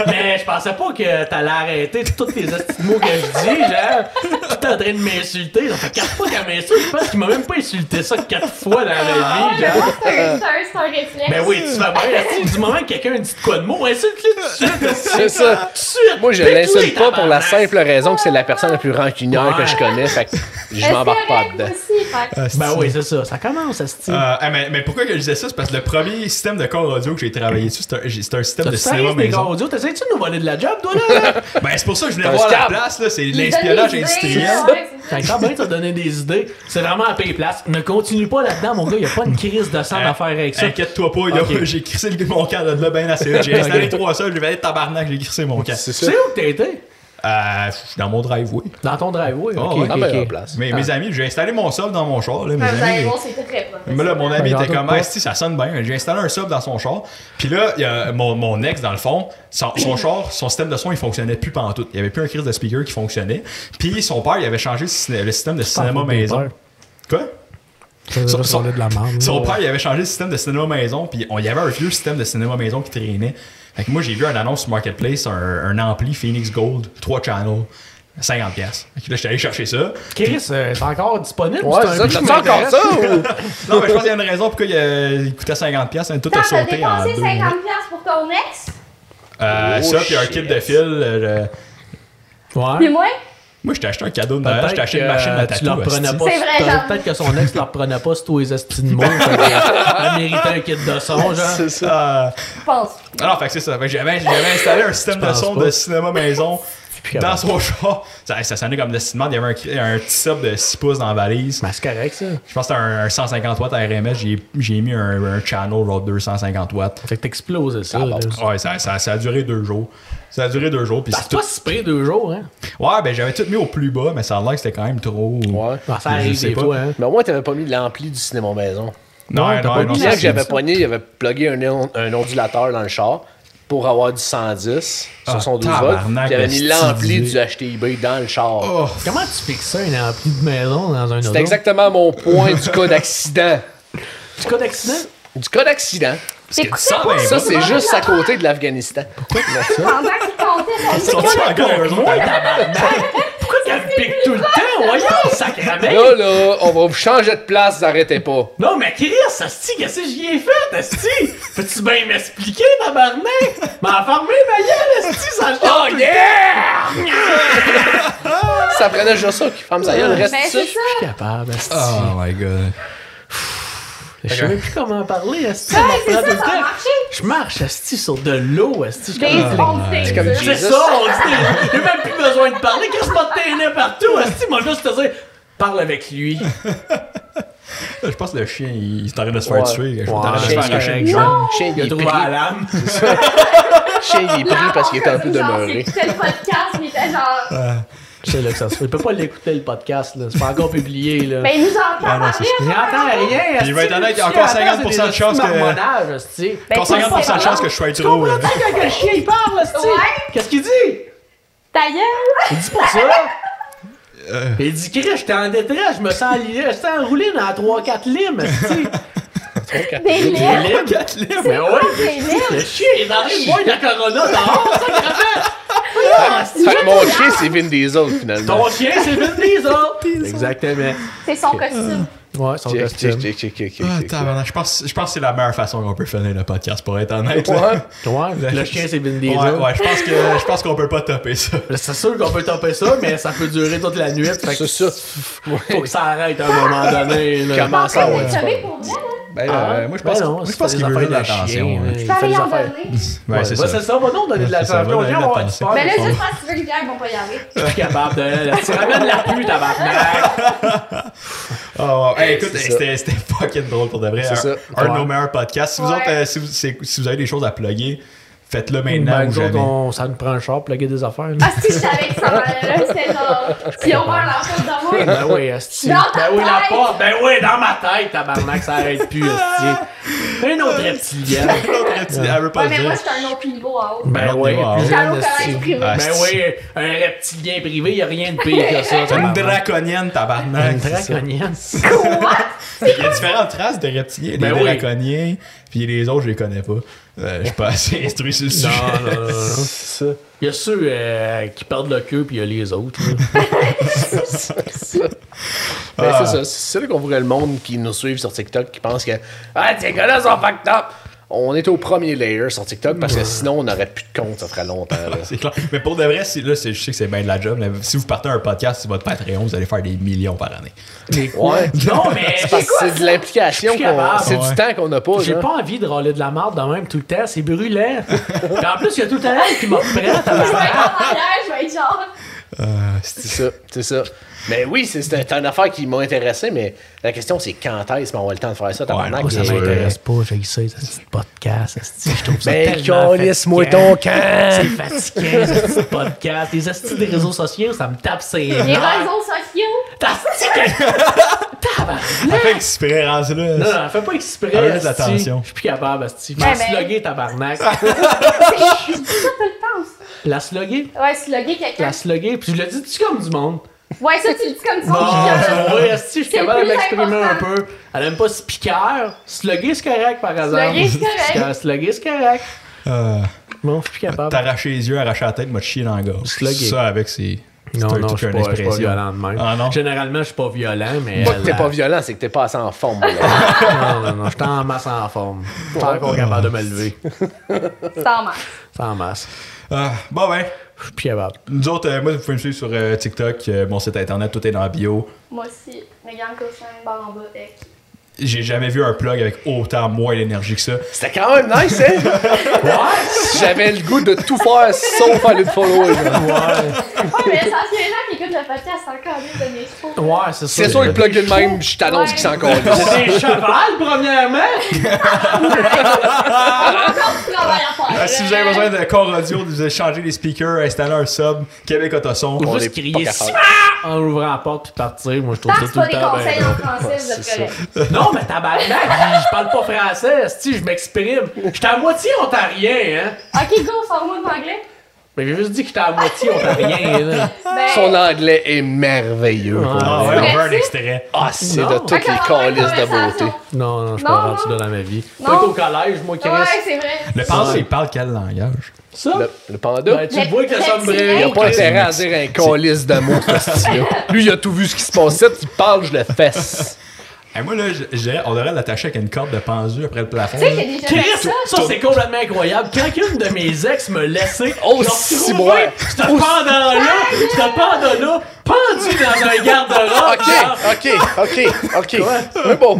D: mais je pensais pas que t'allais arrêter tous tes estis de mots que je dis, genre. Tout en train de m'insulter. Ça fait quatre fois qu'elle m'insulte. Je pense qu'il m'a même pas insulté ça quatre fois dans la vie,
A: hein.
D: genre.
C: Ah, C'est un, c'est un- c'est un réflexe.
D: Ben oui, tu vas bien, esti, du moment que quelqu'un dit de quoi de mot, insulte-le tout de suite, esti.
B: C'est ça.
D: Tout de suite.
B: Moi, je
D: Pique-lui,
B: l'insulte pas pour la
D: tabarnak.
B: simple raison que c'est la personne la plus rancunière que je
D: Ouais.
B: connais. Fait que je
C: Est-ce
B: m'embarque pas
C: correct
B: dedans.
C: aussi, fait que-
A: Asti.
D: Ben oui, c'est ça. Ça commence, esti.
A: Euh, ah, mais, mais pourquoi que je disais ça? C'est parce que le premier système de corps audio que j'ai travaillé dessus, c'est un, j'ai- c'est un système de
D: Tu sais,
A: cinéma
D: des gars
A: maison.
D: audio, t'essayes-tu de nous voler de la job, toi, là?
A: Ben, c'est pour ça que je voulais
B: Un
A: voir la
B: scam.
A: place, là. C'est
C: Il donne
A: l'inspionnage
C: des idées,
A: industriel. Euh,
C: ouais, c'est ça.
D: Fait que t'as bien de te donner des idées. C'est vraiment à payer place. Ne continue pas là-dedans, mon gars. Y a pas une crise de
A: Hein?
D: sang à faire avec ça.
A: Inquiète-toi pas, il y a-
D: Ok.
A: j'ai crissé le- mon camp là, de là ben assez haut. J'ai installé trois seuls, j'ai fait Hey, tabarnak, j'ai crissé mon camp.
B: C'est ça.
D: Tu sais où que t'as été?
A: Euh, je suis dans mon driveway.
D: Dans ton driveway.
A: Ah,
D: ok,
A: ouais.
D: ok,
B: Ah, ben, en
D: ok.
B: place.
A: Mais mes amis, j'ai installé mon sol dans mon char. Là, mes
C: Quand vous allez
A: amis,
C: voir, Ben, c'est très propre.
A: Mais là, mon ami
G: Ben,
A: était
G: j'en doute
A: comme,
G: pas.
A: Ah, si, ça sonne bien. J'ai installé un sub dans son char. Puis là, il y a mon, mon ex, dans le fond, son, son char, son système de son, il fonctionnait plus pantoute. Il n'y avait plus un crise de speaker qui fonctionnait. Puis son père, il avait changé le ciné- le système de cinéma
G: Parle de
A: maison.
G: peur.
A: Quoi?
G: Ça veut dire
A: Son-
G: qu'on a de la marde.
A: Son père, il avait changé le système de cinéma maison, puis on- il y avait un vieux système de cinéma maison qui traînait. Fait que moi, j'ai vu un annonce sur Marketplace, un, un ampli Phoenix Gold, 3 channels, 50$. piastres. Fait que là, j'étais allé chercher ça.
D: Chris, euh, c'est encore disponible?
B: Ouais,
D: C'est
B: c'est
D: un
B: ça.
D: prix
B: T'as-tu encore
D: m'intéresse.
B: ça ou.
A: Non, mais je pense qu'il y a une raison pourquoi il, euh, il coûtait 50$, piastres, hein, tout
C: T'as
A: a
C: t'as
A: sauté en
C: dépensé
A: deux.
C: 50$ pour ton ex?
A: Euh,
B: Oh
A: ça, puis un
B: shit.
A: kit de fil. euh, je-
C: Puis
D: Ouais.
C: moi?
A: Moi, je t'ai acheté un cadeau de Noël, je t'ai acheté une
D: que,
A: machine
D: euh,
A: à
D: tu leur
A: tatouage.
D: prenais pas
C: C'est vrai,
D: peut-
C: j'en-
D: Peut-être que son ex leur prenait pas sur tous les estis de mots. fait que, Elle méritait un kit de son, genre.
B: C'est ça.
C: Je pense.
A: Alors, fait que c'est ça. Fait que j'avais, j'avais installé un système de
G: penses
A: son
G: pas?
A: de cinéma maison
G: Puis
A: dans
G: avant.
A: son char. Ça, ça sonnait comme de cinéma. Il y avait un, cri- un petit sub de 6 pouces dans la valise.
G: Ben, c'est correct, ça.
A: Je pense que c'était un, un 150 watts RMS. J'ai, j'ai mis un, un channel Road 250 watts.
G: Fait que t'exploses ça. là.
A: Ouais, ça, ça, ça a duré deux jours. Ça a duré deux jours. Puis
D: Bah,
A: c'est
D: c'est pas si pire deux jours, hein.
A: tout- Ouais, ben j'avais tout mis au plus bas, mais ça a l'air que c'était quand même trop.
B: Ouais.
D: Bah, ça
A: Je
D: arrive
A: sais
D: des
A: pas.
D: fois, hein.
B: Mais au moins, t'avais pas mis de l'ampli du cinéma maison.
G: Non,
A: Non,
G: t'as
A: non,
G: pas
A: non,
G: mis
A: ça,
B: Hier
G: la-
B: que
A: c'est-
B: j'avais poigné, il avait plugué un, on- un ondulateur dans le char pour avoir du 110
A: Ah,
B: sur son 12 volts.
A: tabarnak,
B: Puis Il avait
A: le
B: mis l'ampli
A: stylé.
B: du HTIB dans le char.
A: Oh,
D: Comment tu fixes ça, un ampli de maison dans un auto?
B: C'est exactement mon point du cas d'accident.
D: Du cas d'accident?
B: Du cas d'accident.
C: T'écoutais
A: ça,
C: pas
A: ben,
B: Ça,
C: Pourquoi
B: c'est
C: tu
B: juste
C: vas
B: à côté de l'afghanistan.
C: pendant qu'il comptait son
A: Ils sont encore heureux,
D: Moi, tabarnak! Pourquoi t'as vu pique tout le temps,
C: Ah,
D: voyons, sacrament!
B: Là, là, on va vous changer de place, vous arrêtez pas.
D: Non, mais Chris, Asti, qu'est-ce que j'y ai fait, Asti? Peux-tu bien m'expliquer, tabarnak? M'a fermé ma gueule, Asti, ça
C: Ah,
D: Oh yeah!
B: Ça prenait juste ça, qui ferme sa gueule, reste
C: Ben,
B: ça.
C: c'est ça.
H: Capable, asti.
C: Ah,
A: Oh my god.
H: Je sais même plus comment parler, asti.
C: Ouais,
H: ça
C: c'est
H: m'en
C: ça,
H: prend tout
C: ça
H: le temps.
C: a marché.
H: Je marche, asti, sur de l'eau, asti. Je
C: Des
H: commence à-
C: ondes,
B: C'est comme
D: C'est
B: Jesus.
D: ça, on dit, j'ai même plus besoin de parler, Chris m'a tenu partout, Asti, moi juste te dire, parle avec lui.
A: Je pense que le chien, il est en train de se
B: Ouais.
A: faire tuer. Je suis en train de se
H: Ouais,
A: faire arracher une
H: c'est
A: jambe.
B: Chien, il
D: Il a
B: est
D: trouvé
B: pris.
D: à l'âme.
B: Chien, il est pris parce qu'il était un peu demeuré.
C: C'était le podcast, mais il était genre.
H: C'est là que ça se fait. Il peut pas l'écouter, le podcast, là. C'est pas encore publié, là.
C: Ben, il nous entend
A: Ah non,
C: parler.
A: c'est
D: J'entends rien, Asti.
A: il va être honnête, il y a
D: Le
A: encore
D: chien, attends,
A: 50% de
D: c'est des
A: chance que-
D: marmonnages, asti.
C: Ben,
A: Encore 50% de chance que je sois
D: Tu
A: trop.
D: comprends quand le chien il parle, Asti?
C: Ouais.
D: Qu'est-ce qu'il dit?
C: Ta gueule!
D: Il dit pas ça!
A: Euh.
D: Il dit, Chris, j'étais en détresse, je me sens, li- je sens enroulé dans 3-4 limes, esti.
C: Des liens!
D: limes? Mais ben ouais!
C: Des liens!
D: Le chien, il est en train de boire de la corona dehors, ça,
B: Fait que mon chien, c'est Vin Diesel, finalement.
D: Ton chien, c'est Vin Diesel! Exactement.
C: C'est son costume.
H: Ouais, son
B: Check, check,
H: costume.
B: check, check, check, check,
A: Ah,
B: check.
A: tabarnak, je pense, je pense que c'est la meilleure façon qu'on peut finir le podcast, pour être honnête. là.
B: Ouais.
H: Ouais,
D: Le chien, c'est Vin
A: Ouais,
D: Diesel.
A: ouais, je pense que je pense qu'on peut pas topper ça.
D: C'est sûr qu'on peut taper ça, mais ça peut durer toute la nuit. Fait que
B: C'est ça.
D: faut que ça arrête à un moment donné. là.
B: Comment ça,
C: Vous
B: ouais? c'est
C: savez
B: pas-
C: pour vrai, là?
A: Ben,
H: Ah,
A: moi je
H: ben
A: pense,
H: non,
A: moi, je
H: c'est
A: pense
H: pas
A: qu'il
H: des
A: veut
H: affaires
A: de
H: de chien,
A: l'attention.
H: hein.
D: euh,
A: ouais.
H: Il fait
C: Je vais
H: des
C: aller en
H: affaires.
C: donner.
A: Ouais, c'est ça.
D: Bah, c'est ça, va non donner de
A: Ouais, c'est ça,
D: l'attention.
A: va donner de
D: Viens, on va avoir du
A: l'attention.
D: sport.
C: Mais Ben là,
A: Ouais.
C: juste parce que tu veux une bière, ils vont pas y aller.
D: Je suis capable de. Tu ramènes la pluie, tabarnak!
A: Oh, hey, écoute,
B: c'est ça.
A: c'était c'était fucking drôle pour de vrai. Un,
B: C'est ça.
A: un de
H: Ouais.
A: nos meilleurs podcasts. Si vous,
C: Ouais.
A: autres, euh, si, vous, c'est- si vous avez des choses à plugger, faites-le maintenant
H: Ben,
A: ou
H: nous
A: jamais.
H: autres, on- ça nous prend un char, plugger des affaires, là.
C: Ah, si, je savais que ça en allait là, c'était genre. Tu as ouvert la porte de moi.
H: Ben oui, asti.
C: Dans ta
D: Ben oui, la
C: tête.
D: porte! Ben oui, dans ma tête, tabarnak, ça arrête plus, esti. Un autre reptilien.
A: L'autre, elle dit- elle veut pas
C: Ouais,
A: le
C: mais moi,
A: dire.
C: je suis un autre niveau en haut.
A: Ben
H: Ben oui,
A: ouais.
H: plus
C: J'étais à
H: jeune,
C: l'eau collège
H: esti.
C: privé.
A: Ah,
D: Ben oui, un reptilien privé, y a rien de pire que ça,
A: Une
D: tabarnak.
A: draconienne, tabarnak.
H: Une
A: C'est ça.
H: draconienne.
A: Il y a différentes races de reptiliens. Les
D: Ben oui.
A: draconiens, puis les autres, je les connais pas. Euh, je suis pas assez instruit sur le sujet.
D: Non, non, non, non.
B: C'est ça.
D: Y a ceux euh, qui perdent le queue, puis y a les autres. là.
B: Ben, c'est
A: Ah.
B: ça. C'est là qu'on voudrait le monde qui nous suit sur TikTok, qui pense que Ah, ces gars-là sont fucked up. On est au premier layer sur TikTok parce que sinon, on n'aurait plus de compte, ça ferait longtemps. là.
A: C'est clair. Mais pour de vrai, si- là, c'est- je sais que c'est bien de la job. mais si vous partez un podcast sur votre Patreon, vous allez faire des millions par année.
B: Ouais.
D: Non, mais
B: Parce que c'est de l'implication,
D: Je suis
B: qu'on-
D: capable.
B: c'est
A: Ouais.
B: du temps qu'on n'a pas.
H: J'ai
B: genre.
H: pas envie de râler de la marde de même tout le temps, c'est brûlant. Puis en plus, il y a tout le temps elle qui me reprend,
C: Je vais
H: tabarnak.
C: être en arrière, je vais être genre.
B: C'est ça, c'est ça. Mais oui, c'est- c'est un- une affaire qui m'a intéressé, mais la question c'est quand est-ce qu'on aura le temps de faire ça, tabarnak?
A: non,
H: Ça
B: Et-
H: m'intéresse pas, j'ai essayé ce petit podcast, esti. Je trouve ça
B: Ben,
H: tellement
B: calisse-moi
H: fatigant.
B: ton camp!
H: C'est fatiguant, ce petit podcast. Les astis des réseaux sociaux, ça me tape ses
C: Les
H: nerfs.
C: réseaux sociaux.
H: T'as
A: Fait que si tu pourrais rendre ça,
D: Non,
A: là.
D: non, fais pas exprès.
A: Ah, ouais, de
D: esti.
A: l'attention.
D: Je suis plus capable, Asti. Je
C: Ben,
D: vais
C: ben.
D: sloguer, tabarnak.
C: C'est- Je dis ça tout le temps. ça.
H: La sloguer?
C: Ouais, sloguer quelqu'un.
H: La sloguer, puis je le dis-tu comme du monde?
C: Ouais, ça, tu le dis comme ça.
D: Ah,
C: on
D: ouais, esti, je suis
C: C'est le
D: capable de
C: plus
D: m'exprimer un
C: important.
D: peu. Elle aime pas ce piqueur. Slugger, c'est correct, par hasard.
C: Slugger, c'est correct.
D: Slugger, c'est correct.
A: Euh,
H: Bon, je suis plus capable.
A: T'arracher les yeux, arracher la tête, m'a chier dans le gars.
H: Slugger.
A: Ça, avec ses.
H: Non,
A: c'est un-
H: non, je
A: tout
H: suis
A: qu'une
H: pas, je suis pas
A: expression.
H: violent de même.
A: Ah, non?
D: Généralement, je suis pas violent, mais.
B: Pas que t'es
D: la-
B: pas violent, c'est que t'es pas assez en forme. là.
H: Non, non, non, je suis en masse en forme. Je suis encore capable de me lever.
C: T'en manques.
H: Je suis en masse.
A: Ah, bon, ben.
H: Je suis plus capable.
A: Nous autres, euh, moi, vous pouvez me suivre sur euh, TikTok, euh, mon site internet, tout est dans la bio.
C: Moi aussi, Megan Cochon, barre en bas, ec.
A: J'ai jamais vu un plug avec autant moins d'énergie que ça.
B: C'était quand même nice, hein? J'avais le goût de tout faire sauf aller te follower. genre.
C: Ouais, mais ça, c'est les gens qui écoutent le podcast encore mieux de mes chevaux.
H: Ouais, c'est ça.
B: C'est sûr que le plug de même, je t'annonce qu'il s'en colle.
D: C'est des chevals, premièrement!
C: Encore du travail à faire.
A: Ah, si vous avez besoin de corps audio, de vous changer les speakers, installer un sub, Québec Autoson.
D: Faut
B: On
D: juste
B: est pas
D: crier
B: capable.
D: Smack en ouvrant la porte puis partir. Moi, je trouve
C: Tant que c'est
D: ça tout
C: pas
D: le
C: des
D: temps. ben-
C: conseils en français, vous êtes
B: c'est
C: correct.
D: Non, mais tabarnak, je je parle pas français, si je m'exprime. J'étais à moitié ontarien, hein.
C: Ok, go, sors-moi de l'anglais.
D: Mais j'ai juste dit que j'étais à moitié ontarien, là.
C: Ben,
B: Son anglais est merveilleux. pour
H: Ah,
A: Ah
B: vrai.
A: ouais, on
C: Merci.
A: veut un extrait.
B: Ah, c'est
H: Non.
B: de toutes les calices de beauté.
H: Non, non, je suis
C: Non,
H: pas rendu
C: non.
H: là dans ma vie.
D: Pas
C: Non.
D: au collège, moi, Chris.
C: Ouais, c'est vrai.
A: Le
D: Ouais.
A: passé, il parle quel langage
I: Ça?
B: Le, le panda.
I: Ben, tu
C: Mais-
I: vois que ça me
B: il
I: brille.
B: a pas
A: Chris,
B: intérêt à
A: mais
B: dire un calice de mots, ce style Lui, il a tout vu ce qui se passait, puis il parle, je le fesse.
A: Hey, Eh, moi, là, je- j'ai- on devrait l'attacher avec une corde de pendu après le plafond.
C: Tu sais,
A: là.
C: j'ai déjà fait
I: Chris,
C: ça.
I: ça c'est complètement incroyable. Quand une de mes ex me laissait,
B: Oh,
I: je l'ai
B: si,
I: retrouvée,
B: moi.
I: ce pendant-là, ce pendant-là, pendu dans un garde-robe.
B: Ok,
I: genre.
B: Ah, ok, ok, ok. Mais bon,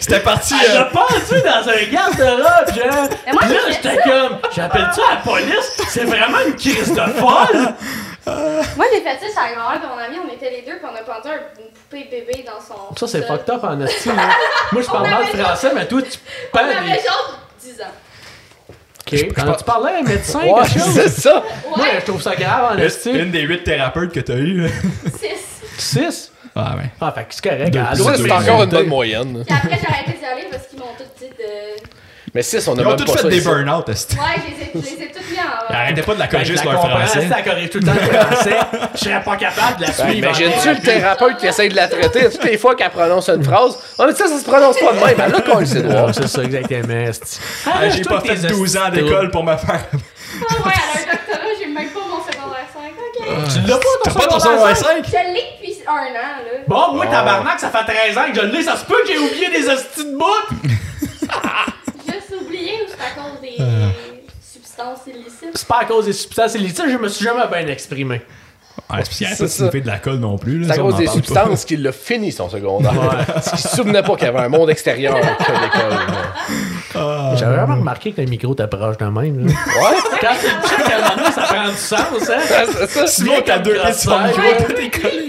A: C'était parti.
D: Ah,
I: Elle
A: euh,
I: l'a pendu dans un garde-robe, genre.
C: Mais moi,
I: Puis là,
C: j'ai fait
I: j'étais comme, j'appelle-tu la police? C'est vraiment une crise de folle.
C: Moi, j'ai fait ça chez la grand-mère de mon ami, on était les deux, puis on a pendu un- une poupée bébé dans son.
I: Ça, c'est
C: sol.
I: fucked up en estime. Moi, je parle
C: On
I: mal
C: avait-
I: français, mais toi, tu
C: On
I: parles
C: avait
I: des...
C: genre 10 ans.
I: Ok, quand tu parlais à un médecin,
B: ouais,
I: quelque chose?
B: c'est ça.
I: Moi,
C: Ouais,
I: je trouve ça grave en
A: une,
I: estime.
A: une des huit thérapeutes que t'as eu. là.
C: 6.
I: Six?
A: Ah, ouais.
I: Ah, fait que c'est correct.
A: Deux
I: elle doit
A: plus
B: Ça,
A: deux.
I: se
B: c'est
A: Deux.
I: faire
B: encore une
I: insulter.
B: bonne moyenne.
C: Puis après, j'aurais été d'y aller parce qu'ils m'ont toutes dit de.
B: Mais 6, on a
A: Ils ont
B: même
A: tous
B: pas
A: fait
B: ça.
A: des
B: ici.
A: burn-out. esti.
C: Ouais, je les ai, je les ai toutes mis en.
A: Ils arrêtaient pas de la
I: Ben, je
A: corriger
I: la
A: sur leur
I: comprends,
A: français.
I: si elle corrige tout le temps le français, je serais pas capable de la suivre.
B: Ben, Imagine-tu le
I: Imagine-tu
B: thérapeute qui essaye de la traiter toutes les fois qu'elle prononce une phrase? Ah, mais ça, ça se prononce pas de même. Ben là, quand c'est droit.
D: C'est ça, exactement.
A: Ah, J'ai pas fait 12 ans d'école pour me faire.
C: Ah ouais, à un doctorat, j'ai même pas mon secondaire 5. Ok.
D: Ah.
I: Tu l'as pas,
A: T'as pas ton
I: secondaire
A: secondaire
I: cinq?
A: 5?
C: Je l'ai depuis un an, là.
I: Bon,
A: Ah.
I: moi, tabarnak, ça fait 13 ans que je l'ai. Ça se peut que j'ai oublié des hosties de bouts.
C: Juste oublié ou c'est à cause des substances illicites.
I: C'est pas à cause des substances illicites, je me suis jamais bien exprimé.
A: Ouais, c'est
B: C'est
A: parce qu'il
B: ça.
A: fait de la colle non plus. là,
B: C'est à
A: ça, on
B: cause
A: en
B: des
A: parle pas.
B: substances qu'il a fini son secondaire. Parce qu'il se souvenait pas qu'il y avait un monde extérieur à l'école.
A: Euh.
D: J'avais vraiment remarqué que le micro t'approche de même. là.
B: Ouais,
I: Quand c'est le truc à un moment donné, ça prend du sens, hein.
B: c'est ça.
A: Simon, t'as
I: comme
A: deux
I: crosseur.
A: questions de
I: Ouais,
A: jouer, t'es collé.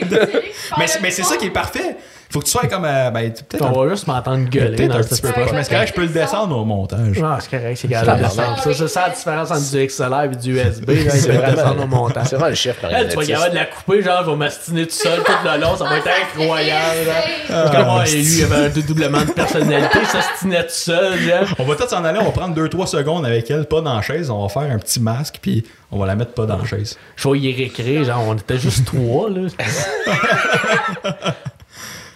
A: Mais, c'est- mais c'est ça qui est parfait. Faut que tu sois comme. euh, ben, tu- peut-être un,
D: On va juste m'entendre gueuler
A: peut-être
D: dans
A: un
D: cette
A: petit peu
C: Ouais,
A: proche. Mais c'est correct, je peux le
C: ouais.
A: descendre au montage.
D: Ah, c'est correct,
B: C'est
D: c'est galère.
B: la
D: Ça, ça, c'est la différence entre du XLR et du USB. Là,
B: C'est
D: c'est vraiment
B: vraiment,
D: au montant.
B: c'est vraiment le chef par
I: Elle, tu vas capable de la couper, genre, je vais m'astiner tout seul tout le long, ça
C: Ah,
I: va être incroyable. là.
D: Ah,
A: Ah.
I: Parce que moi, et lui, il avait un doublement de personnalité, ça s'astinait tout seul, genre.
A: On va peut-être s'en aller, on va prendre 2-3 secondes avec elle, pas dans la chaise, on va faire un petit masque, puis on va la mettre pas dans la chaise.
D: Je vais y réécrire, genre, on était juste trois, là.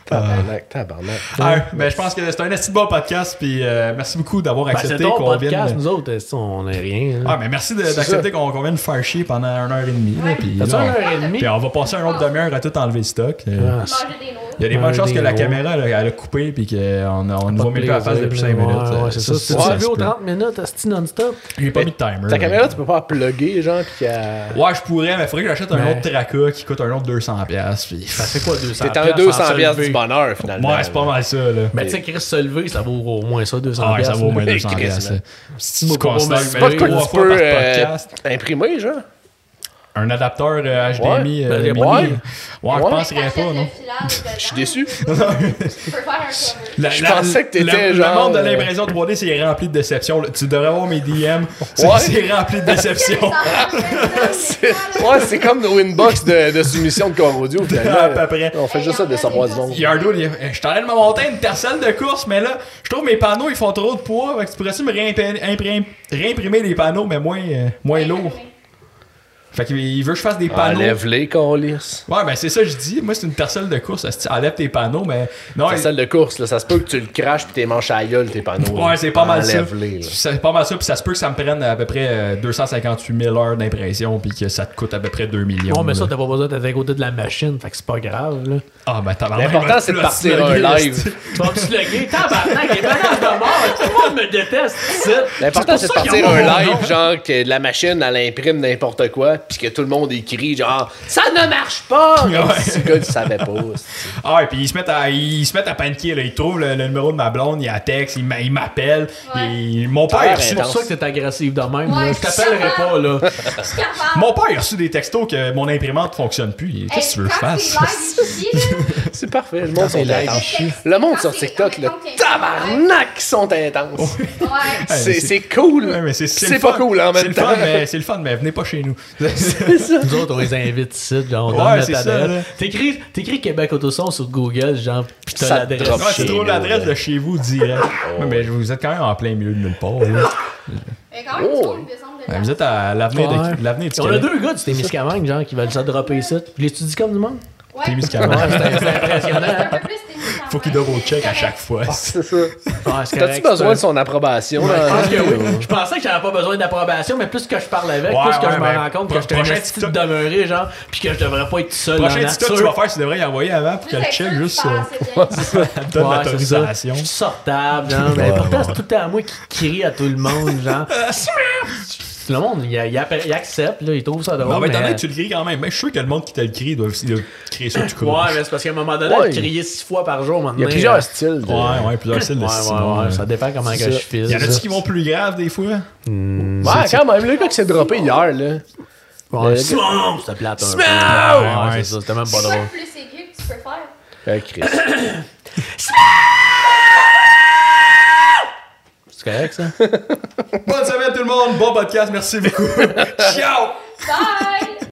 B: Tabarnak, tabarnak.
A: Ah, ben, je pense que c'est un assez bon podcast, puis euh, merci beaucoup d'avoir
D: Ben, c'est
A: accepté
D: ton
A: qu'on
D: podcast,
A: vienne.
D: nous autres, euh, ça, on n'est rien. hein.
A: Ah, mais merci de- d'accepter qu'on qu'on vienne faire chier pendant une heure et demie. là, puis,
D: T'as-tu
A: là,
D: un
A: on-
D: heure et demie?
A: puis on va passer un autre demi-heure à tout enlever le stock. Euh,
D: Ah,
C: Manger des noix.
A: Il y a des
D: Un
A: bonnes chances
D: des
A: que la
D: gros.
A: caméra elle, elle a coupé puis qu'on on nous
D: pas
A: voit
D: de
A: mieux la face
D: plaisir,
A: depuis
D: là.
A: 5 minutes.
D: Ouais,
A: Euh,
D: ouais, c'est ça. Si
A: ça
D: tu
A: se
D: vu aux
A: peut.
D: 30 minutes, asti non-stop.
A: J'ai pas mis de timer.
B: Ta
A: là.
B: caméra, tu peux pas la plugger, genre, pis qu'elle.
A: Ouais, je pourrais, mais faudrait que j'achète un
D: Mais-
A: autre Traca qui coûte un autre 200$. piastres, Puis...
D: Ça fait quoi, 200
B: T'es en 200 pièces du
D: lever?
B: bonheur, finalement.
A: Ouais, c'est pas mal ça, là.
D: Mais Ben, tu sais, Chris se lever, ça vaut au moins ça, 200
A: Ah ouais, ça vaut au moins
D: là.
B: Mais
A: 200$.
B: Chris,
A: piastres,
B: là.
A: là. Si tu
D: Moi, pour
A: considères
D: moi,
A: que
D: c'est
B: Pas de
A: j'ai
B: quoi
A: trois
B: que tu
A: fois par
B: peux euh,
A: podcast,
B: imprimer, genre.
A: un adapteur euh, HDMI.
B: Ouais,
A: euh,
B: ben,
A: mini,
B: ouais.
A: Ouais, je
B: Ouais.
A: penserais pas, non?
C: Je
B: Je suis déçu.
C: Tu peux faire un cover.
A: La-
B: Je
A: la-
B: pensais que t'étais
A: le,
B: genre,
A: Le monde de
B: euh,
A: l'impression 3D, c'est rempli de déception. là. Tu devrais voir mes DM. C'est
B: Ouais.
A: c'est rempli de déception.
B: Ouais, c'est comme nos inbox de, de soumission de corps audio, finalement.
A: À peu près.
B: On fait juste ça de savoir du monde.
A: Il y a un dude, il a- euh, je suis en train de me monter une personne de course, mais là, je trouve mes panneaux, ils font trop de poids. Fait que tu pourrais-tu me réimprim- imprim- réimprimer les panneaux, mais moins, euh, moins lourds? Fait qu'il il veut que je fasse des panneaux.
B: Enlève-les, câlisse.
A: Ouais, ben c'est ça que je dis. Moi, c'est une personne de course. asti, Enlève tes panneaux, mais. Non,
B: La
A: il-
B: salle de course, là, ça se peut que tu le craches pis t'es manches à la gueule, tes panneaux.
A: Ouais, c'est pas mal ça.
B: Enlève-les, là.
A: C'est pas mal ça, puis ça se peut que ça me prenne à peu près euh, 258 000 heures d'impression, puis que ça te coûte à peu près 2 millions.
D: Bon, mais ça,
A: là.
D: t'as pas besoin d'être à côté de la machine, fait que c'est pas grave, là.
A: Ah, ben t'as
B: L'important, c'est de partir un live.
I: Tu vas me slugger, tabarnak, les bananes de mort, tout le monde me déteste, tu sais.
B: L'important, c'est de
I: pour ça
B: partir
I: qu'il y a
B: un
I: mon
B: live, genre, que la machine, elle imprime n'importe quoi, pis que tout le monde écrit, genre, ça ne marche pas! Comme
A: Ouais.
B: si le gars, il savait pas. c'est-
A: Ah, et puis ils se mettent à, ils se mettent à paniquer, là. Ils trouvent le, le numéro de ma blonde, ils la textent, ils m'a- ils m'appellent.
C: Ouais.
A: ils- Mon père,
B: a l'air
A: il a reçu-
B: intense.
D: C'est pour ça que t'es agressif de même,
C: Ouais,
D: là. Je t'appellerai
C: ça va.
D: pas, là.
C: Je suis capable.
A: mon père, il a reçu des textos que mon imprimante fonctionne plus. Il- Qu'est-ce que tu veux que je fasse? Ah,
B: C'est parfait, le monde
D: c'est
B: sont
D: live.
B: intenses. Le monde sur TikTok, le tabarnak, ils sont intenses!
C: Ouais.
A: mais
B: C'est
A: c'est-
B: c'est cool!
A: Ouais, mais
B: Pis
A: le
B: c'est pas
A: fun.
B: cool en
A: C'est
B: même
A: le
B: temps.
A: fun, mais- C'est le fun, mais venez pas chez nous.
B: C'est ça.
D: Nous autres, on les invite ici, genre, on
A: Ouais,
D: donne
A: c'est
D: notre
A: ça, là.
D: adresse. T'écris, t'écris Québec Autoson sur Google, genre, pis
B: Ça
D: t'as l'adresse.
B: drop
A: Ouais, tu
B: Chez
A: trouves
B: nous,
A: l'adresse
B: là. Oh,
A: de chez vous direct. Ouais, mais vous êtes quand même en plein milieu de nulle part. là.
C: Mais quand même,
A: Oh,
C: tu trouves une descente de
A: Ouais, Vous êtes
B: hein.
A: à l'avenir de- l'avenir du
D: On a
A: Québec.
D: deux gars du Témiscamingue, genre, qui veulent ça dropper ici. Puis les tu dis comme du monde?
C: Ouais.
A: T'es médicament.
J: C'est impressionnant.
B: hein?
C: C'est un peu plus délicat.
A: Faut qu'il donne au check à chaque
C: fois.
A: fois.
D: Ah,
B: C'est ça.
J: Ouais, c'est
B: T'as-tu
J: correct,
B: besoin
J: c'est-
B: de son approbation?
D: Je
B: là?
D: pense que oui. Je pensais que j'avais pas besoin d'approbation, mais plus que je parle avec,
A: Ouais,
D: plus que
A: ouais,
D: je me
A: ben,
D: rends compte que
A: pro-
D: j'étais un
A: prochain
D: esti de
A: TikTok.
D: demeuré, genre, puis que je devrais pas être tout seul.
A: Prochain
D: dans la
A: TikTok que tu
D: nature.
A: vas faire, tu devrais y envoyer avant pour qu'elle check juste. euh, Elle me donne
D: Ouais, c'est ça.
A: l'autorisation.
D: Je suis sortable, genre, mais
B: Ouais,
D: pourtant,
B: ouais.
D: c'est tout le temps moi qui crie à tout le monde, genre.
A: Ah,
D: le monde, il, il- il accepte, là, il trouve ça drôle.
A: Non, mais
D: mais-
A: étant donné que tu le cries quand même, ben, je suis sûr que le monde qui te le crie doit aussi le crier ça du coup.
D: Ouais, mais c'est parce qu'à un moment donné,
B: Ouais.
D: de crier six fois par jour maintenant.
B: Il y a plusieurs
D: euh,
B: styles. De...
A: ouais, ouais, plusieurs styles
D: Ouais,
A: de Simon,
D: ouais,
A: euh.
D: ouais, ça dépend comment que
B: C'est
D: je
B: ça.
D: file.
A: Il y en a-tu qui vont plus grave des fois?
B: Ouais, quand même, le gars qui s'est droppé hier, là.
D: Ouais,
B: Le-
D: Simon! Ça plate un peu.
A: Simon!
D: Ouais, ouais, c'est ça, c'était même pas
C: C'est quoi
D: drôle.
C: le plus aigu que tu peux faire?
B: Ah, Chris.
D: C'est correct, ça?
A: Bonne semaine tout le monde, bon podcast, merci beaucoup. Ciao!
C: Bye!